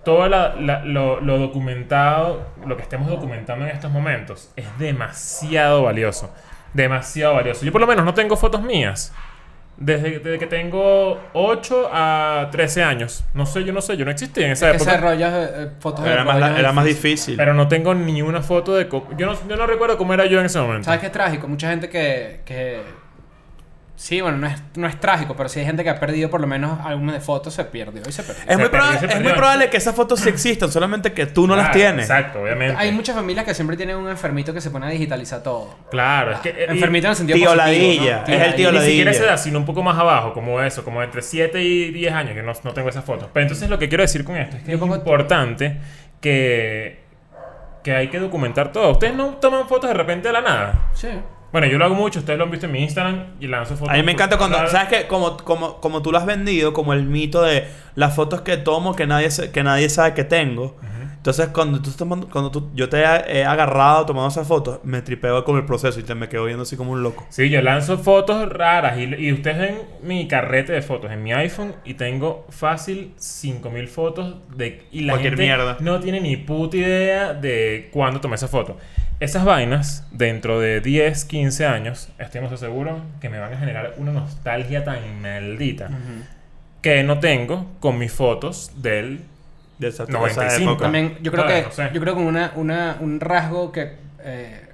Todo la- la- lo, lo documentado, lo que estemos documentando en estos momentos, es demasiado valioso. Demasiado valioso. Yo por lo menos no tengo fotos mías. Desde, que- desde que tengo 8 a 13 años. No sé, yo no sé, yo no existía en esa que época. se rollas eh, fotos de Era más, rollos la- era más difíciles. difícil. Pero no tengo ni una foto de cómo. Yo no, yo no recuerdo cómo era yo en ese momento. ¿Sabes qué es trágico? Mucha gente que. que... Sí, bueno, no es, no es trágico, pero sí hay gente que ha perdido por lo menos álbumes de fotos, se pierde. Hoy se perdió. es, muy perdió, proba- se es muy perdió. probable que esas fotos sí existan, solamente que tú no las Claro, tienes. Exacto, obviamente. Hay muchas familias que siempre tienen un enfermito que se pone a digitalizar todo. Claro, es que. eh, y- enfermito en el sentido Tío positivo, ladilla, ¿no? es el tío y ni ladilla. siquiera esa edad, sino un poco más abajo, como eso, como entre 7 y 10 años, que no, no tengo esas fotos. Pero entonces lo que quiero decir con esto es que Yo es pongo- importante que, que hay que documentar todo. Ustedes no toman fotos de repente de la nada. Sí. Bueno, yo lo hago mucho, ustedes lo han visto en mi Instagram y lanzo fotos. A mí me encanta cuando, raras. ¿sabes qué? Como, como, como tú lo has vendido, como el mito de las fotos que tomo que nadie, se- que nadie sabe que tengo. Entonces, cuando tú estás tomando- cuando tú, yo te he, he agarrado tomando esas fotos, me tripeo con el proceso y te me quedo viendo así como un loco. Sí, yo lanzo fotos raras y, y ustedes ven mi carrete de fotos en mi iPhone y tengo fácil 5000 fotos de y la Cualquier gente mierda. no tiene ni puta idea de cuándo tomé esa foto. Esas vainas dentro de 10, 15 años, estoy más seguro que me van a generar una nostalgia tan maldita que no tengo con mis fotos del De esa, de esa 95. época. También, yo creo Claro, que, no sé. yo creo que una, una- un rasgo que eh,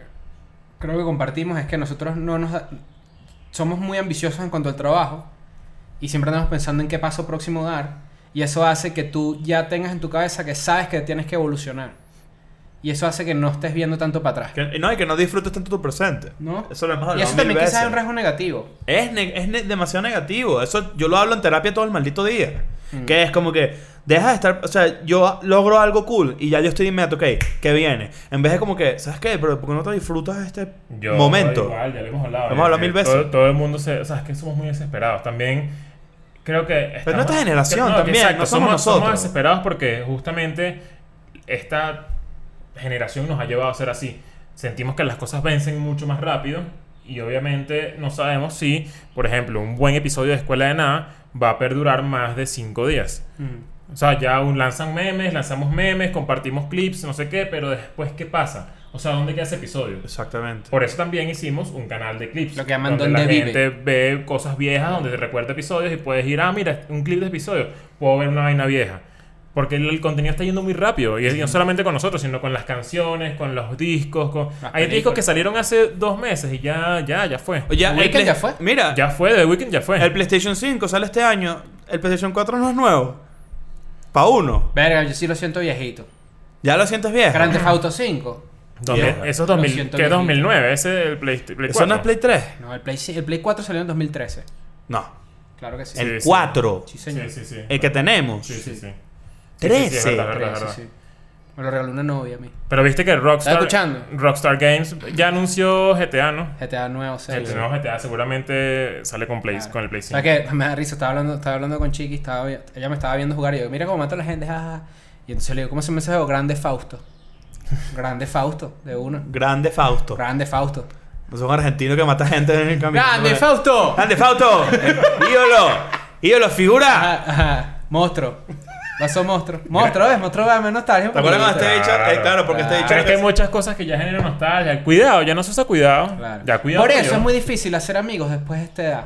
creo que compartimos es que nosotros no nos da- somos muy ambiciosos en cuanto al trabajo y siempre andamos pensando en qué paso próximo dar y eso hace que tú ya tengas en tu cabeza que sabes que tienes que evolucionar y eso hace que no estés viendo tanto para atrás. Que- y no, y que no disfrutes tanto tu presente. ¿No? Eso lo hemos hablado y eso mil también quizás veces. es un rasgo negativo. Es, ne- es ne- demasiado negativo. Eso yo lo hablo en terapia todo el maldito día. Mm. Que es como que deja de estar. O sea, yo logro algo cool y ya yo estoy inmediato, ok, que viene. En vez de como que, ¿sabes qué? Pero ¿por qué no te disfrutas este Yo momento? Igual, ya lo hemos hablado. Lo hemos hablado Eh, mil veces. Todo, todo el mundo se. O sea, es que somos muy desesperados. También. Creo que. estamos- nuestra generación que- que también, no somos nosotros. Somos desesperados porque justamente esta generación nos ha llevado a ser así. Sentimos que las cosas vencen mucho más rápido. Y obviamente no sabemos si, por ejemplo, un buen episodio de Escuela de Nada va a perdurar más de cinco días. O sea, ya un- lanzan memes, lanzamos memes, compartimos clips, no sé qué, pero después, ¿qué pasa? O sea, ¿dónde queda ese episodio? Exactamente. Por eso también hicimos un canal de clips. Lo que llaman donde la Dónde Vive. gente ve cosas viejas, donde te recuerda episodios y puedes ir, ah, mira, un clip de episodio, puedo ver una vaina vieja. Porque el, el contenido está yendo muy rápido. Y, y no solamente con nosotros, sino con las canciones, con los discos. Con... Las Hay discos películas. que salieron hace dos meses y ya, ya, ya fue. Oye, el Weeknd Play- ya fue. Mira, Ya fue, The Weeknd ya fue. el PlayStation 5 sale este año. El PlayStation 4 no es nuevo. Pa' uno. Verga, yo sí lo siento viejito. Ya lo sientes viejo. Grand Theft Auto 5. Dos mil- vieja. esos Lo 2000, siento, ¿qué viejito. 2009? Ese es el Play, Play ¿Eso no es 4. Play 3? No, el Play, el Play 4 salió en 2013. No. Claro que sí. el sí. 4. Sí, señor. Sí, sí, sí. El que tenemos. Sí, sí, sí. Sí, sí, sí, es 13. verdad, verdad, Sí, verdad. sí, sí. Me lo regaló una novia a mí. Pero viste que Rockstar, ¿Estás escuchando? Rockstar Games ya anunció GTA, ¿no? GTA nuevo, El seis. nuevo GTA seguramente sale con, Play- Claro. con el Play O sea 5. que me da risa, estaba hablando, estaba hablando con Chiqui, estaba, vi- ella me estaba viendo jugar y yo, mira cómo mata a la gente, jaja. Y entonces le digo, ¿cómo se me hace eso? Grande Fausto. Grande Fausto, de uno. Grande Fausto. Grande Fausto. No son argentinos que mata gente en el camino. ¡Grande Bueno. Fausto! ¡Grande Fausto! eh, ¡Ídolo! ¡Ídolo, Ah, figura! Ajá, ajá. Monstruo. Pasó monstruo. Monstruo, ¿ves? Monstruo va menos nostalgia. ¿Te acuerdas cuando este Claro. dicho? Eh, claro, porque este Claro. dicho. Pero Ah, es que hay muchas cosas que ya generan nostalgia. Cuidado, ya no se usa cuidado. Claro. Ya cuidado. Por que eso yo- es muy difícil hacer amigos después de esta edad.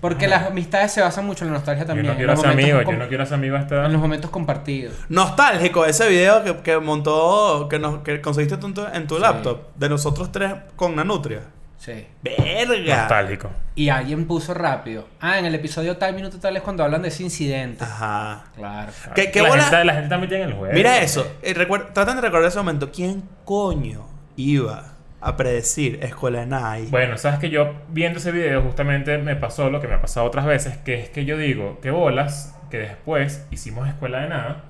Porque las amistades se basan mucho en la nostalgia Yo también. no en quiero los hacer momentos amigos, yo com- no quiero hacer amigos a esta En edad. los momentos compartidos. Nostálgico ese video que, que montó, que, nos, que conseguiste tú en tu, en tu laptop, de nosotros tres con una nutria. Sí. ¡Verga! Nostálgico. Y alguien puso rápido. Ah, en el episodio tal minuto tal es cuando hablan de ese Ah. incidente. Ajá. Claro. ¿Qué, qué la, bola? gente, la gente también tiene el juego. Mira eso. Eh, recuer- Traten de recordar ese momento. ¿Quién coño iba a predecir Escuela de Nada? ahí? Bueno, sabes que yo viendo ese video justamente me pasó lo que me ha pasado otras veces, que es que yo digo, qué bolas, que después hicimos escuela de nada.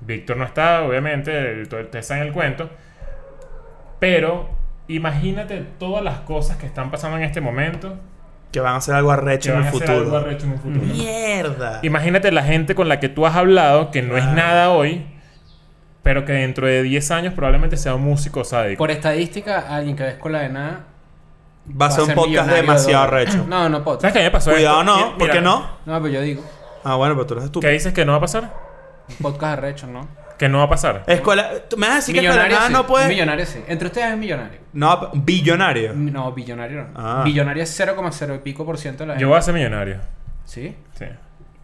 Víctor no está, obviamente, el- todo- ustedes saben el cuento. Pero imagínate todas las cosas que están pasando en este momento Que van a hacer algo que arrecho en van el a hacer algo futuro. arrecho en el futuro. ¡Mierda! Imagínate la gente con la que tú has hablado, que no es Ah. nada hoy, pero que dentro de 10 años probablemente sea un músico sádico. Por estadística, alguien que ve escuela de nada. Va a ser un podcast millonario demasiado de dólares. arrecho. No, no podcast. ¿Sabes qué a mí me pasó Cuidado, esto? no. Mira, ¿Por qué no? No, pero yo digo, Ah, bueno, pero tú eres estúpido. ¿Qué dices que no va a pasar? un podcast arrecho, ¿no? Que no va a pasar. Eh. Escuela, ¿tú me vas a decir que escuela de Millonario nada sí. no puede. Millonario sí. Entre ustedes es millonario. No, p- billonario. No, billonario no. Ah. Billonario es 0,0 y pico por ciento de la gente. Yo voy a ser millonario. ¿Sí? Sí.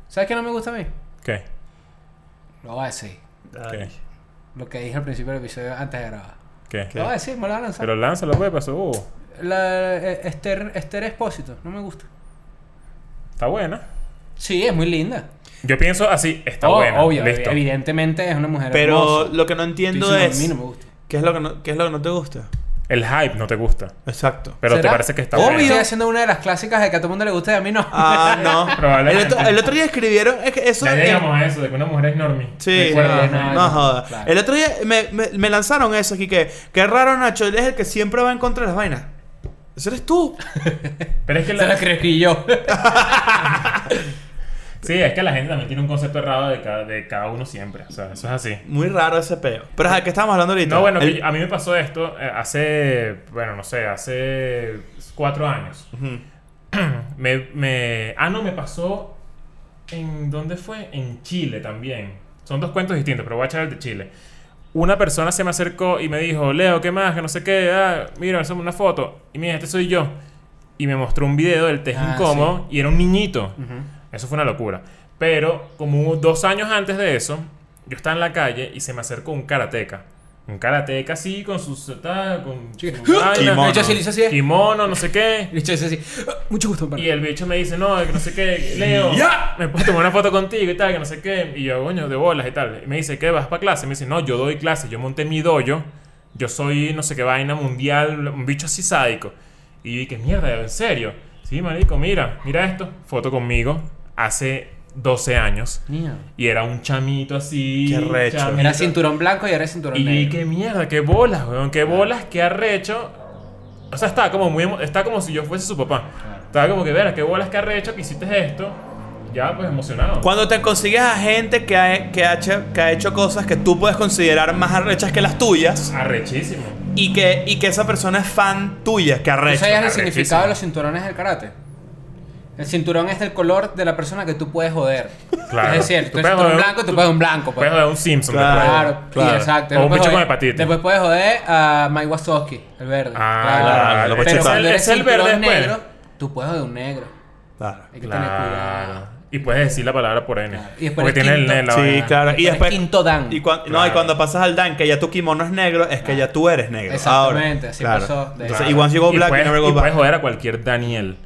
¿Sabes qué no me gusta a mí? ¿Qué? Lo voy a decir. ¿Qué? Lo que dije al principio del episodio antes de grabar. ¿Qué? Lo voy a decir, me lo voy a lanzar. Pero lánzalo, pues, pasó. Uh, La, eh, Esther, Esther Expósito, no me gusta. está buena. Sí, es muy linda. Yo pienso así, está Oh, buena. obvio, Listo. evidentemente es una mujer Pero hermosa. lo que no Estoy entiendo diciendo, es. A mí no me gusta. ¿qué, es lo que no, ¿Qué es lo que no te gusta? El hype no te gusta, Exacto. pero te ¿Será? parece que está Obvio. buena. Estoy haciendo una de las clásicas de que a todo el mundo le gusta y a mí no. Ah, no. el, Probablemente. otro, el otro día escribieron. Es que eso. Ya eh, llegamos a eso, de que una mujer es normie. Sí, ¿Recuerdas? no, acuerdo, no, no no, joda. claro. El otro día me, me- me lanzaron eso aquí que. Qué raro, Nacho. Él es el que siempre va en contra de las vainas. Eso eres tú. Pero es que Se la, lo escribí yo. sí, es que la gente también tiene un concepto errado de cada, de cada uno siempre. O sea, eso es así. Muy raro ese peo. Pero ¿a qué estábamos hablando ahorita? No, bueno, que El- a mí me pasó esto eh, hace, bueno, no sé, hace cuatro años. Ujú. Me, me- ah, no, me pasó en... ¿Dónde fue? En Chile también. Son dos cuentos distintos, pero voy a echar el de Chile. Una persona se me acercó y me dijo, Leo, ¿qué más? Que no sé qué. Ah, mira, hazme una foto. Y mira, este soy yo. Y me mostró un video del test Ah, incómodo y era un niñito. Ujú. Eso fue una locura. Pero como dos años antes de eso, yo estaba en la calle y se me acercó un karateca. Un karateca así, con sus... ta- Con Sí. su vaina, Kimono. De hecho, sí, le hizo así. eh. kimono, no sé qué. Le hizo así. "Ah, Mucho gusto, Y padre". el bicho me dice, no, que no sé qué, Leo, ¡Ya! me puedo tomar una foto contigo y tal, que no sé qué. Y yo, coño, de bolas y tal. Y me dice, ¿qué vas para clase? Me dice, no, yo doy clases, yo monté mi dojo, yo soy no sé qué vaina mundial, un bicho así sádico. Y yo dije, mierda, en serio. Sí, marico, mira, mira esto. Foto conmigo hace 12 años. Mierda. Y era un chamito así. Qué recho. chamito. Era cinturón blanco y ahora es cinturón Y yo dije, negro. qué mierda, qué bolas, weón, qué bolas, qué arrecho. O sea, estaba como muy emo- estaba como si yo fuese su papá. Estaba como que, verás, qué bolas, qué arrecho que hiciste esto. Ya, pues emocionado. Cuando te consigues a gente que ha, que, ha hecho, que ha hecho cosas que tú puedes considerar más arrechas que las tuyas Arrechísimo. y que, y que esa persona es fan tuya, que ¿Tú Pues arrecha. sabías el arrechísimo. Pues significado de los cinturones del karate? El cinturón es del color de la persona que tú puedes joder. Claro. Es decir, Tú tú eres puedes cinturón joder- blanco, tú, tú- puedes un blanco. pues. Puedes de un Simpson. Claro. después. Claro, sí, claro. exacto. O un Después bicho con joder- hepatitis. Después puedes joder a Mike Wazowski, el verde. Ah, claro, lo Pero cachetado. cuando eres Es el verde cinturón después. negro, tú puedes joder a un negro. Claro. Hay que tener Claro. cuidado. Y puedes decir la palabra por N. Y después Porque el tiene el quinto. N en la Sí, vaina. claro. Después Y después- Quinto dan. Y cuan- No, y Claro. cuando pasas al Dan, que ya tu kimono es negro, es que ya tú eres negro. Exactamente, Ahora. así pasó. De- Entonces, y once you go Y black, you puedes, never go y pues puedes back. joder a cualquier Daniel.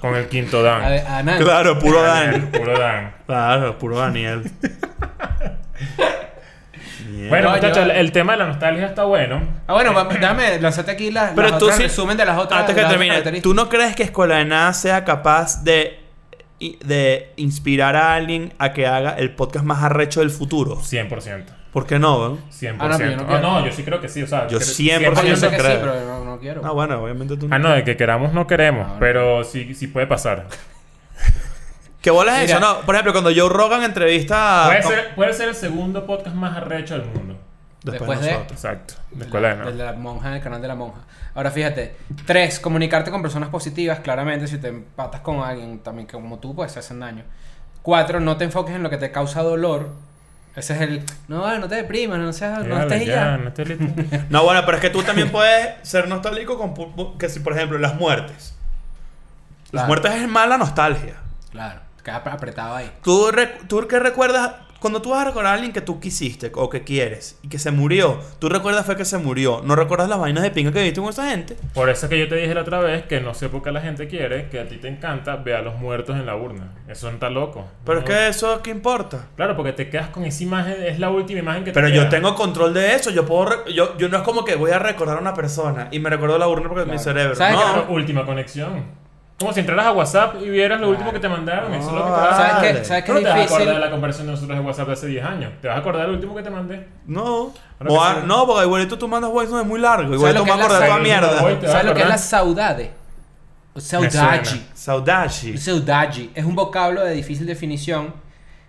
Con el quinto Dan. A ver, a Nan. Claro, puro Dan. Puro Dan. Claro, puro Daniel. Bueno, No, muchachos, yo- el, el tema de la nostalgia está bueno. Ah, bueno, va- dame, lanzate aquí las, Pero las tú otras sí. resumen de las otras. Antes que las otras termine, ¿tú características. no crees que Escuela de Nada sea capaz de, de inspirar a alguien a que haga el podcast más arrecho del futuro? 100%. ¿Por qué no, weón? 100%. Ah, no, pero yo no Ah, quiero. no, yo sí creo que sí. O sea, Yo creo- 100% Ah, yo sé que sí, creo. pero no, no quiero. Ah, bueno, obviamente tú Ah, no, de que queramos no queremos, Ah, bueno. pero sí, sí puede pasar. ¿Qué bola es Mira. eso? No, por ejemplo, cuando Joe Rogan entrevista a... Puede ser, puede ser el segundo podcast más arrecho del mundo. Después de- nosotros. Exacto. De escuela de De nada. la monja, del canal de la monja. Ahora fíjate, tres, comunicarte con personas positivas, claramente si te empatas con alguien también que como tú, pues se hacen daño. Cuatro, no te enfoques en lo que te causa dolor. Ese es el, no, no te deprimas, no seas, no Dale, estés y ya, ya. no estés listo. No, bueno, pero es que tú también puedes ser nostálgico con... pu- pu- Que si, por ejemplo, las muertes. Las Claro. muertes es mala nostalgia. Claro, quedas ap- apretado ahí. ¿Tú, rec- ¿Tú qué recuerdas? Cuando tú vas a recordar a alguien que tú quisiste o que quieres y que se murió, tú recuerdas fue que se murió. ¿No recuerdas las vainas de pinga que viste con esa gente? Por eso es que yo te dije la otra vez que no sé por qué la gente quiere que a ti te encanta ver a los muertos en la urna. Eso está loco. Pero No- es que eso, ¿qué importa? Claro, porque te quedas con esa imagen, es la última imagen que te Pero yo queda. tengo control de eso. Yo puedo. re- Yo, yo no es como que voy a recordar a una persona y me recuerdo la urna porque es mi Claro. cerebro. ¿Sabes no. que Claro, Ah, última conexión. Como si entraras a WhatsApp y vieras lo Claro. último que te mandaron. Eso es lo que te Ah, va a- ¿Sabes Dale. qué, ¿sabes qué Tú no es te vas a acordar de difícil? la conversación de nosotros de WhatsApp de hace 10 años. Te vas a acordar del último que te mandé. No. Ahora O que a- sale- no, porque igualito tú mandas voice, no es muy largo. Igualito lo tú que me es la acuerdas de toda salida? Voy- mierda. vas a ¿Sabes lo que es acordar? la saudade? O saudade. suena. Saudashi. Saudade es un vocablo de difícil definición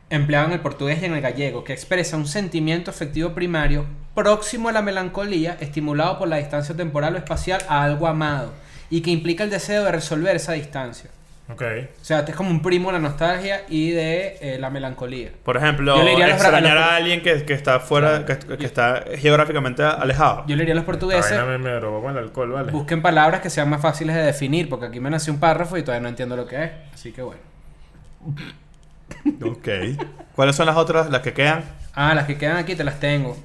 empleado en el portugués y en el gallego que expresa un sentimiento afectivo primario próximo a la melancolía, estimulado por la distancia temporal o espacial a algo amado y que implica el deseo de resolver esa distancia. Ok. O sea, este es como un primo de la nostalgia y de eh, la melancolía. Por ejemplo, Yo le diría a los bra- extrañar a los- a alguien que, que está fuera, que, que está geográficamente alejado. Yo le diría a los La portugueses, vaina me, me drogó con el alcohol, ¿vale? busquen palabras que sean más fáciles de definir, porque aquí me nació un párrafo y todavía no entiendo lo que es. Así que bueno. Ok. ¿Cuáles son las otras, las que quedan? Ah, las que quedan aquí te las tengo.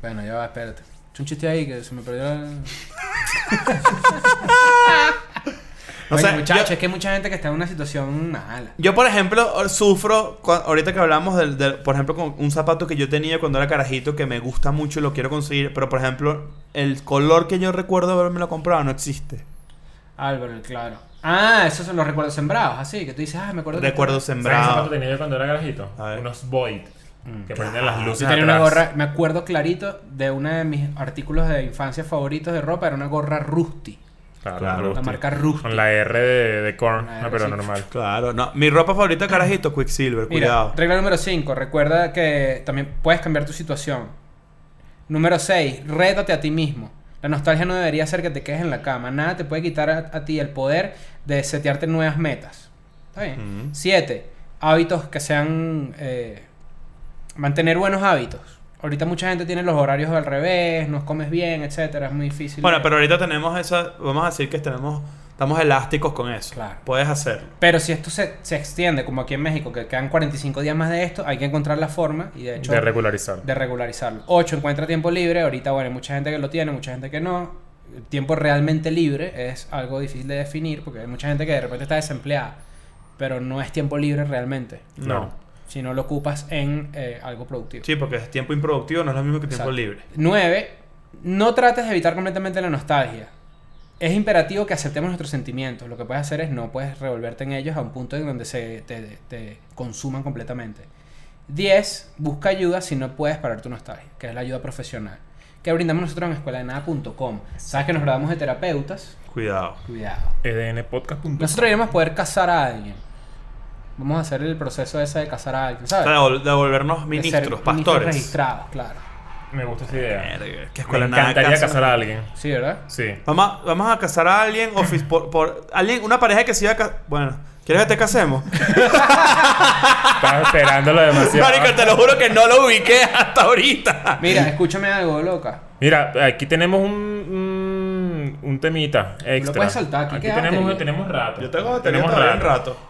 Bueno, ya va, espérate. Eché un chiste ahí que se me perdió. el- No Oye, sé, muchachos, yo- es que hay mucha gente que está en una situación mala. Yo, por ejemplo, sufro, cua- ahorita que hablamos del, del- por ejemplo, con un zapato que yo tenía cuando era carajito que me gusta mucho y lo quiero conseguir, pero por ejemplo, el color que yo recuerdo haberme lo comprado no existe. Álvaro, claro. Ah, esos son los recuerdos sembrados, así que tú dices, ah, me acuerdo. que- Recuerdo ¿Sabes qué zapato sembrado. tenía yo cuando era garajito? A ver. Unos Void. Que prenden las luces. Yo tenía una atrás. gorra, me acuerdo clarito de uno de mis artículos de infancia favoritos de ropa, era una gorra Rusty. Claro, Claro. Rusty. La marca Rusty. Con la R de, de Korn. La no, R, pero sí. normal. Claro, no. Mi ropa favorita, carajito, Quicksilver, Mira, cuidado. regla número 5, recuerda que también puedes cambiar tu situación. Número 6, rétate a ti mismo. La nostalgia no debería ser que te quedes en la cama. Nada te puede quitar a, a ti el poder de setearte nuevas metas. ¿Está bien? 7, hábitos que sean... eh, mantener buenos hábitos. Ahorita mucha gente tiene los horarios al revés, no comes bien, etcétera, es muy difícil. Bueno, pero ahorita tenemos esa. Vamos a decir que tenemos. Estamos elásticos con eso. Claro. Puedes hacerlo. Pero si esto se, se extiende, como aquí en México, que quedan 45 días más de esto, hay que encontrar la forma y de hecho De regularizar. de regularizarlo. 8. Encuentra tiempo libre. Ahorita, bueno, hay mucha gente que lo tiene, mucha gente que no. El tiempo realmente libre es algo difícil de definir porque hay mucha gente que de repente está desempleada, pero no es tiempo libre realmente, No. si no lo ocupas en eh, algo productivo. Sí, porque es tiempo improductivo no es lo mismo que tiempo Exacto. libre. 9. No trates de evitar completamente la nostalgia. Es imperativo que aceptemos nuestros sentimientos. Lo que puedes hacer es no puedes revolverte en ellos a un punto en donde se te, te consuman completamente. 10. Busca ayuda si no puedes parar tu nostalgia, que es la ayuda profesional. Que brindamos nosotros en escueladenada.com. Sabes que nos graduamos de terapeutas. Cuidado. Cuidado. EDNpodcast.com. Nosotros iremos a poder casar a alguien. Vamos a hacer el proceso ese de casar a alguien, O sea, de ¿sabes? vol- de volvernos De ser ministros, pastores. registrados, claro. Me gusta esa idea. Verga, Que Me escuela nada encantaría casa. casar a alguien. Sí, ¿verdad? Sí. Vamos, a- vamos a casar a alguien, o fis- por, por- alguien, una pareja que se iba a casar. Bueno, ¿quieres que te casemos? Estaba esperándolo demasiado. Marico, te lo juro que no lo ubiqué hasta ahorita. Mira, escúchame algo, loca. Mira, aquí tenemos un, un, un temita extra. puedes soltar, aquí queda tenemos, batería. tenemos rato. Yo tengo tenemos todavía un rato. rato.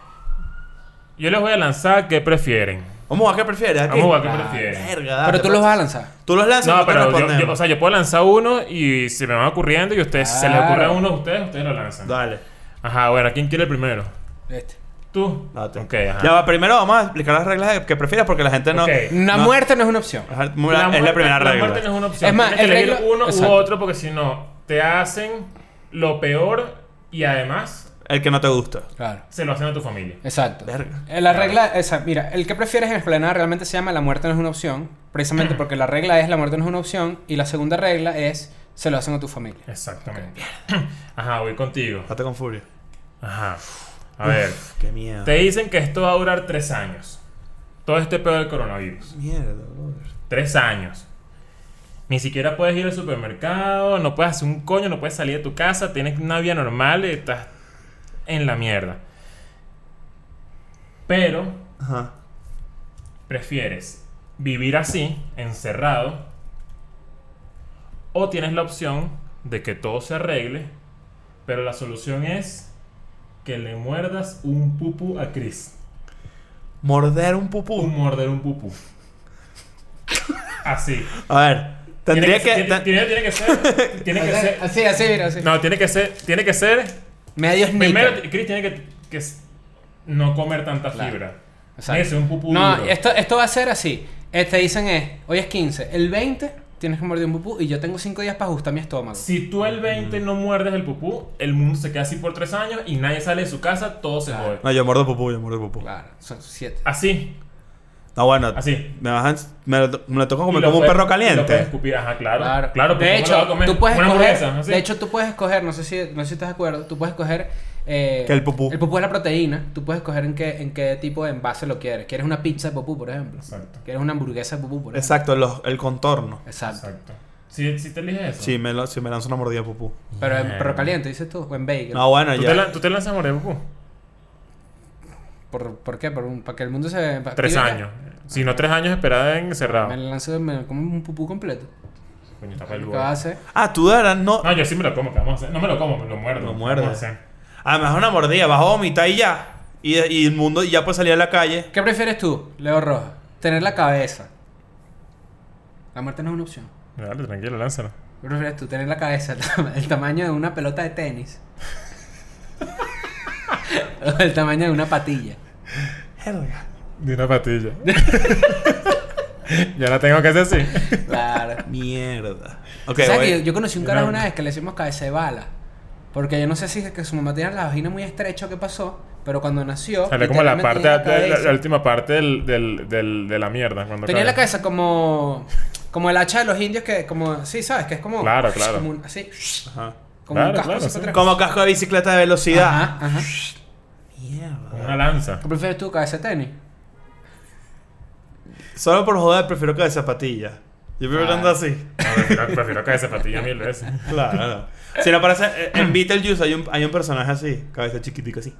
Yo les voy a lanzar qué prefieren. Vamos a jugar qué prefieres. aquí? Vamos a ver qué Ah, prefieren. Verga, date, Pero tú pues. los vas a lanzar. Tú los lanzas y No, te pero yo, respondemos. yo- o sea, yo puedo lanzar uno y se me van ocurriendo y ustedes, si se les ocurre a Claro. uno a ustedes, ustedes lo lanzan. Dale. Ajá, bueno, ¿quién quiere el primero? Este. ¿Tú? Date. Ok, ajá. Ya va, primero vamos a explicar las reglas de- que prefieras porque la gente no. Ok. Una Eh, No. muerte no es una opción. Ajá, muy- es muerte- la primera regla. La muerte no es una opción. Es más, Tienes que el elegir regla- uno u Exacto. otro porque si no, te hacen lo peor y además El que no te gusta. Claro. se lo hacen a tu familia. Exacto. Verga. Eh, La regla, esa, mira, el que prefieres en Esplanada realmente se llama La muerte no es una opción, precisamente porque la regla es La muerte no es una opción y la segunda regla es Se lo hacen a tu familia. Exactamente. Ajá, voy contigo. Date con furia. Ajá. A ver. Qué miedo. Te dicen que esto va a durar tres años. Todo este pedo del coronavirus. Mierda, brother. Tres años. Ni siquiera puedes ir al supermercado, no puedes hacer un coño, no puedes salir de tu casa, tienes una vida normal y estás en la mierda. Pero Ajá. prefieres vivir así, encerrado, o tienes la opción de que todo se arregle, pero la solución es que le muerdas un pupu a Chris. Morder un pupú. Un morder un pupu. Así. A ver. Tendría que. Tiene ten- que, tiene- tiene que ser. Tiene que ser. Así, así, mira, así. No, tiene que ser. Tiene que ser. Medio sneaker. Primero, Chris tiene que, que s- no comer tanta Claro. fibra. Exacto. Tiene que ser un pupu No, duro. esto, esto va a ser así. Eh, Te dicen es, hoy es 15, el 20 tienes que morder un pupú y yo tengo 5 días para ajustar mi estómago. Si tú el 20 no muerdes el pupú, el mundo se queda así por tres años y nadie sale de su casa, todo se jode. No, yo mordo pupú, yo mordo pupú. Claro, son 7. Así. No, bueno. Así. Me vas a- Me lo, me lo toco Y como, lo como un puedes- perro y lo puedes caliente. escupir. Ajá, claro. Claro. Claro, de porque ¿cómo lo vas a hecho, comer? tú puedes Una escoger, hamburguesa, así. de hecho tú puedes escoger, no sé si no sé si estás de acuerdo, tú puedes escoger eh, Que el pupú. El pupú es la proteína, tú puedes escoger en qué en qué tipo de envase lo quieres. ¿Quieres una pizza de pupú, por ejemplo? Exacto. ¿Quieres una hamburguesa de pupú, por ejemplo? Exacto, los- el contorno. Exacto. Exacto. Si te eliges eso. Si me, lo- si me lanzo una mordida de pupú. Pero en Bien. perro caliente, dices tú, o en bagel. No, bueno, ¿Tú ya. te, lan- tú te lanzas a morder pupú? ¿Por, por qué? Por un- para que el mundo se para- Tres active- años. Si no, tres años esperada encerrado. Me lanzo me como un pupú completo. Coño, está ¿Qué peludo. vas a hacer? Ah, tú darás no. No, yo sí me lo como, ¿qué vamos a hacer? No me lo como, me lo muerdo. Lo muerdes. Vamos a hacer. Además, una mordida, vas a vomitar y ya. Y, y el mundo ya puede salir a la calle. ¿Qué prefieres tú, Leo Rojas? Tener la cabeza. La muerte no es una opción. Dale, tranquilo, lánzalo. ¿Qué prefieres tú, tener la cabeza el, tamaño de una pelota de tenis? o el tamaño de una patilla. De una patilla. ya la tengo que hacer así. Claro. Mierda. Ok, ¿Sabes voy- que yo, yo conocí un Mira, carajo hombre. una vez que le decimos cabeza de bala. Porque yo no sé si es que su mamá tenía la vagina muy estrecha o qué pasó. Pero cuando nació. Sale como la parte, literalmente la, tenía la- la cabeza- última parte del, del, del- de la mierda. Cuando Tenía cae. la cabeza como. Como el hacha de los indios que, como, sí, ¿sabes? Que es como. Claro, claro. Como un, así. Ajá. Como Claro, un casco claro, así sí. para atrás. Como casco de bicicleta de velocidad. Ajá, ajá. Como Mierda. Una lanza. ¿Qué prefieres tú, cabeza de tenis? Solo por joder, prefiero que de zapatilla. Yo prefiero que ando así. No, prefiero, prefiero cabeza de patilla mil veces. Claro, no. Si no parece. eh, En Beetlejuice hay un, hay un personaje así, cabeza chiquitica así.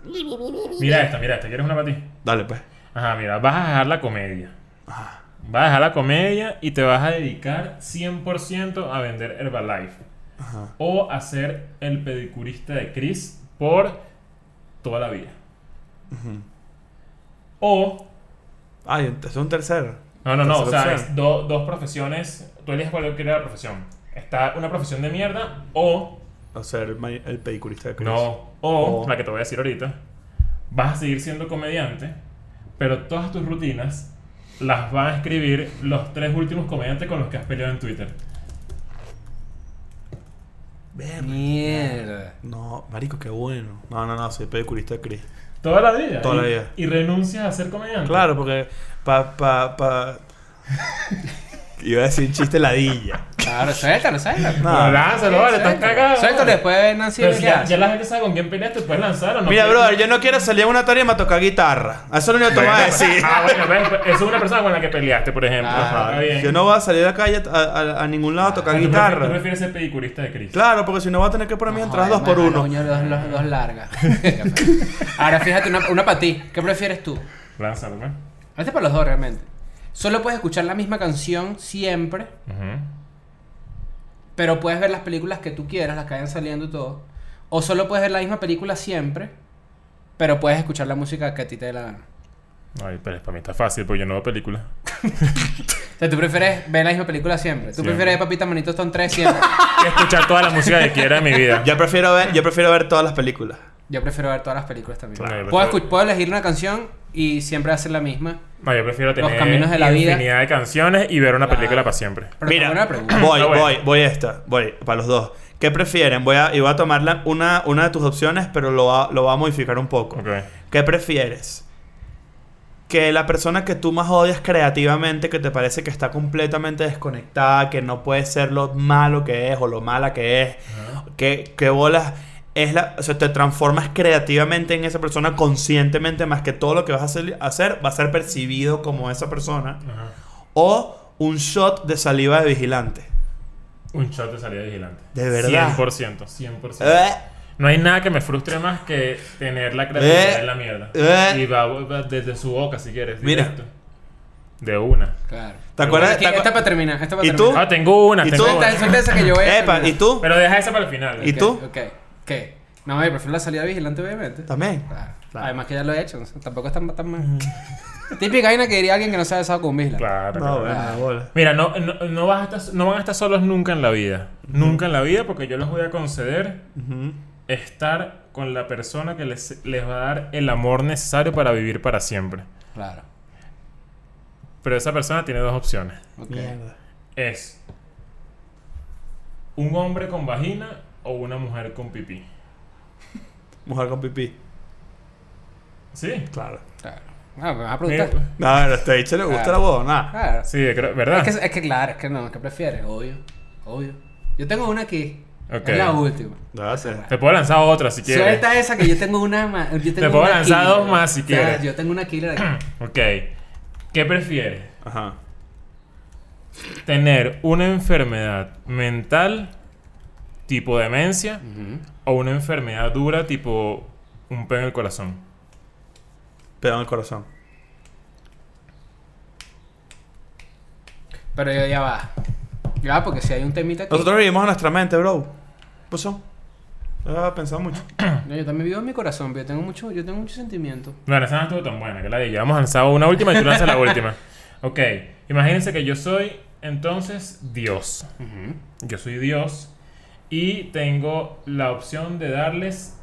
Mira esta, mira esta. ¿Quieres una para ti? Dale, pues. Ajá, mira, vas a dejar la comedia. Ah, Vas a dejar la comedia y te vas a dedicar 100% a vender Herbalife. Ajá. O a ser el pedicurista de Chris por toda la vida. O... Ay, ent- es un tercero. No, no, no. O Tercera sea, opción. es do- dos profesiones. Tú eliges cuál era la profesión. Está una profesión de mierda o... O sea, el, ma- el pedicurista de Chris. No. O, O- la que te voy a decir ahorita, vas a seguir siendo comediante, pero todas tus rutinas las van a escribir los tres últimos comediantes con los que has peleado en Twitter. Ver- Mierda. No, marico, qué bueno. No, no, no, soy pedicurista de Chris. Toda la vida. Toda la Y- vida. Y renuncias a ser comediante. Claro, porque. Pa, pa, pa. Iba a decir un chiste ladilla. Claro, suéltalo, suéltalo. No. No, Pues lánzalo, Ah, vale, estás Suéltalo. cagado. Suéltalo vale. después de Nancy Pero si ya, Belial. ya la gente sabe con quién peleaste, puedes lanzar o no. Mira, Pero- brother, yo no quiero salir a una tarea y me tocar guitarra. Eso es lo único que te voy a decir. Ah, bueno, ves, pues, eso es una persona con la que peleaste, por ejemplo. Ah, Está bien. Yo no voy a salir a la calle a, a- a ningún lado a O sea, tocar tú prefieres- Tú guitarra. prefieres ser pedicurista de Chris. Claro, porque si no voy a tener que poner mis entradas Joder, dos por mano, uno. coño, dos, los- dos largas. Ahora fíjate, una, una para ti. ¿Qué prefieres tú? Lánzalo, pues. Este es para los dos realmente. Solo puedes escuchar la misma canción siempre, Ujú. pero puedes ver las películas que tú quieras, las que vayan saliendo y todo. O solo puedes ver la misma película siempre, pero puedes escuchar la música que a ti te dé la gana. Ay, pero para mí está fácil, porque yo no veo películas. O sea, tú prefieres ver la misma película siempre. Tú Siempre. prefieres Papita Manito Stone 3 siempre. Y escuchar toda la música que quiera en mi vida. Yo prefiero ver, yo prefiero ver todas las películas. Yo prefiero ver todas las películas también. Claro, puedo, prefiero- escu- puedo elegir una canción y siempre hacer la misma. No, yo prefiero tener caminos de la vida. infinidad de canciones y ver una Claro. Ah. película para siempre. Pero está Mira, buena la pregunta. voy, Ah, bueno. voy, voy a esta, voy para los dos. ¿Qué prefieren? Voy a, y voy a tomar la- una, una de tus opciones, pero lo va, lo va a modificar un poco. Ok. ¿Qué prefieres? Que la persona que tú más odias creativamente, que te parece que está completamente desconectada, que no puede ser lo malo que es o lo mala que es, que, que bolas es la, o sea, te transformas creativamente en esa persona conscientemente más que todo lo que vas a hacer, hacer va a ser percibido como esa persona Ajá. o un shot de saliva de vigilante. Un shot de salida de vigilante. De verdad. 100%. 100%. Eh, No hay nada que me frustre más que tener la creatividad Eh. en la mierda. Eh. Y va, va desde su boca, si quieres. Mira. directo. De una. Claro. ¿Te acuerdas? Aquí- te acu- esta para terminar. Esta para ¿Y tú? Ah, tengo una. ¿Y Tengo tú? una. Suelta, suelta esa que yo voy a Epa, terminar. ¿y tú? Pero deja esa para el final. ¿Y Ok, tú? Ok. ¿Qué? No, yo prefiero la salida de vigilante, obviamente. También. Claro. Claro. Además que ya lo he hecho, entonces tampoco es tan, tan mal. Típica vaina que diría alguien que no se ha besado con un vigilante. Claro. claro. No, bueno, bola. Mira, no, no, no vas a estar, no van a estar solos nunca en la vida. Nunca en la vida, porque yo les voy a conceder Ujú. estar con la persona que les, les va a dar el amor necesario para vivir para siempre. Claro. Pero esa persona tiene dos opciones. Ok. Mierda. Es un hombre con vagina o una mujer con pipí. Mujer con pipí. ¿Sí? Claro. Claro. No, me vas a Mira, preguntar. No, pero a este bicho le gusta Claro. la huevonada. Claro. sí, creo- ¿verdad? Es, que, es que claro, es que no, ¿qué prefieres? Obvio. Obvio. Yo tengo una aquí. Ok. Es la última. No, sé. Te puedo lanzar otra si quieres. Suelta esa que yo tengo una más. Yo tengo Te puedo una lanzar killer. dos más si O sea, quieres. Yo tengo una killer aquí. Ok. ¿Qué prefieres? Ajá. ¿Tener una enfermedad mental tipo demencia o una enfermedad dura tipo un peo en el corazón? Pedo en el corazón. Pero yo ya va. Ya, va, porque si hay un temita aquí. Nosotros vivimos en nuestra mente, bro. Puso. Ah, pensado mucho. No, yo también vivo en mi corazón, pero yo tengo mucho, yo tengo mucho sentimiento. Bueno, esa no estuvo tan buena, que la diga. Vamos a lanzar una última y tú lanzas la última. Ok, imagínense que yo soy entonces Dios. Yo soy Dios y tengo la opción de darles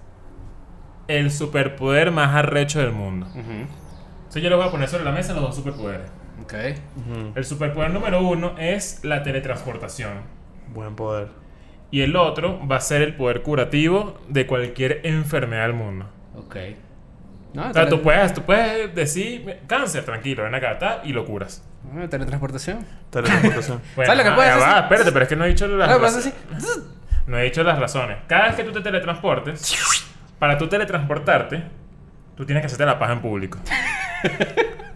el superpoder más arrecho del mundo. Entonces yo les voy a poner sobre la mesa los dos superpoderes. Ok. El superpoder número uno es la teletransportación. Buen poder. Y el otro va a ser el poder curativo de cualquier enfermedad del mundo. Ok. No, O sea, tele- tú puedes, tú puedes decir cáncer, tranquilo, ven acá, tal, y lo curas. Ah, teletransportación. Teletransportación. Bueno, ¿Sabes lo que ah, puedes ya hacer? va, espérate, pero es que no he dicho las Ah, raz- pasa así. No he dicho las razones. Cada vez que tú te teletransportes, para tú teletransportarte, tú tienes que hacerte la paja en público.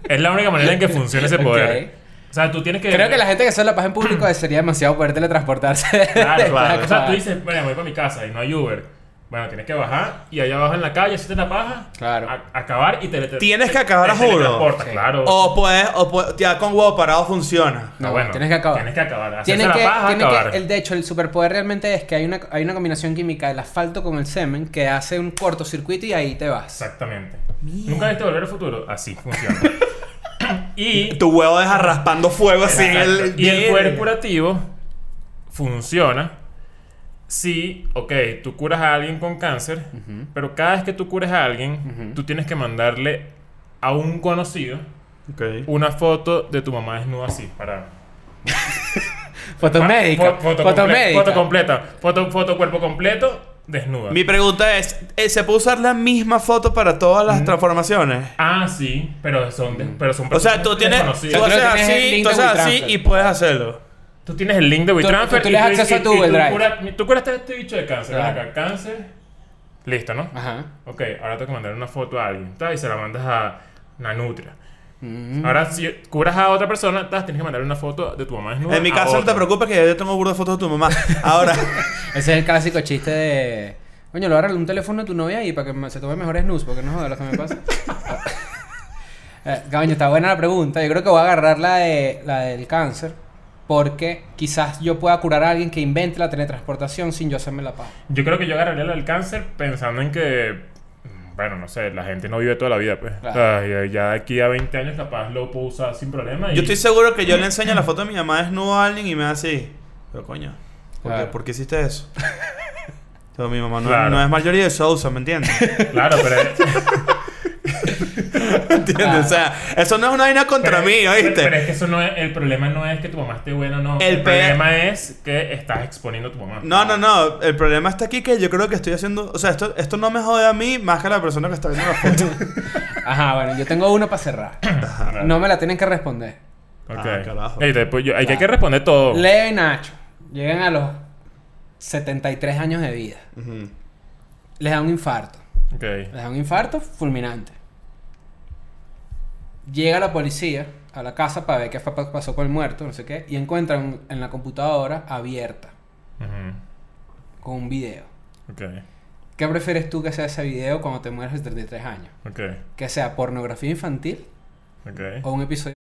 es la única manera en que funciona ese Ok. poder. O sea, tú tienes que. Creo que la gente que hace la paz en público eh, sería demasiado poder teletransportarse. Claro, claro. O sea, Claro. tú dices, bueno, voy para mi casa y no hay Uber. Bueno, tienes que bajar y allá abajo en la calle, hacerte la paja. Claro. a- acabar y te Tienes que acabar, te juro. teletransportas, Sí. claro. O puedes, o puedes, ya con huevo parado funciona. No, No, bueno, tienes que acabar. tienes que acabar. Hacerse Tienes la que, paja, tiene acabar. que- el, de hecho, el superpoder realmente es que hay una, hay una combinación química del asfalto con el semen que hace un cortocircuito y ahí te vas. Exactamente. ¿Nunca viste Volver al Futuro? Así funciona. y, Tu huevo deja raspando fuego así en el. Exacto. y el Bien. poder curativo funciona si, ok, tú curas a alguien con cáncer, pero cada vez que tú cures a alguien, tú tienes que mandarle a un conocido Ok. una foto de tu mamá desnuda así, para... Fotomédica. Fo- foto, fotomédica. comple- foto completa. Foto, foto cuerpo completo, desnuda. Mi pregunta es: ¿eh, ¿se puede usar la misma foto para todas las transformaciones? Ah, sí, pero son, de- pero son Mm. O sea, tú tienes. desconocidas. Tú Creo haces que tienes el así, link tú de haces así WeTransfer. y puedes hacerlo. Tú tienes el link de WeTransfer. tú- tú le das y acceso a tu y- y tú Drive. cura- Tú curaste a este bicho de cáncer. Claro. Ven acá, cáncer. Listo, ¿no? Ajá. Ok, ahora tengo que mandar una foto a alguien. ta, Y se la mandas a Nanutria. Mm. Ahora, si curas a otra persona, ta, tienes que mandar una foto de tu mamá desnuda. En mi a caso, no te otra. preocupes que yo tengo burro de fotos de tu mamá. Ahora. Ese es el clásico chiste de. Coño, le voy a regalar un teléfono a tu novia y para que me- se tome mejores snus, porque no jodas lo que me pasa. Eh, Coño, está buena la pregunta. Yo creo que voy a agarrar la, de, la del cáncer, porque quizás yo pueda curar a alguien que invente la teletransportación sin yo hacerme la paz. Yo creo que yo agarraría el del cáncer pensando en que. mm, Bueno, no sé, la gente no vive toda la vida, pues. Claro. O sea, ya, ya de aquí a 20 años, capaz lo puedo usar sin problema. Y... Yo estoy seguro que yo le enseño la foto de mi mamá desnuda a alguien y me da así. Pero coño, ¿por, qué, Claro. por qué hiciste eso? Pero mi mamá no, Claro. no es mayoría de Sousa, ¿me entiendes? Claro, pero. ¿Me entiendes? O sea, eso no es una vaina contra mí, ¿oíste? Pero es que eso no es, el problema no es que tu mamá esté buena o no. El, El pe- problema es que estás exponiendo a tu mamá. No, no, no. El problema está aquí que yo creo que estoy haciendo. O sea, esto, esto no me jode a mí más que a la persona que está viendo la foto. Ajá, bueno, yo tengo uno para cerrar. No me la tienen que responder. Ah, Ok. Ah, carajo. Ey, te- pues, yo- hay que- hay que Claro. responder todo. Leo y Nacho llegan a los 73 años de vida. Ujú. Les da un infarto. Ok. Les da un infarto fulminante. Llega la policía a la casa para ver qué fue- pasó con el muerto, no sé qué, y encuentran en la computadora abierta Ujú. con un video. Ok. ¿Qué prefieres tú que sea ese video cuando te mueres de 33 años? Ok. ¿Que sea pornografía infantil Ok. o un episodio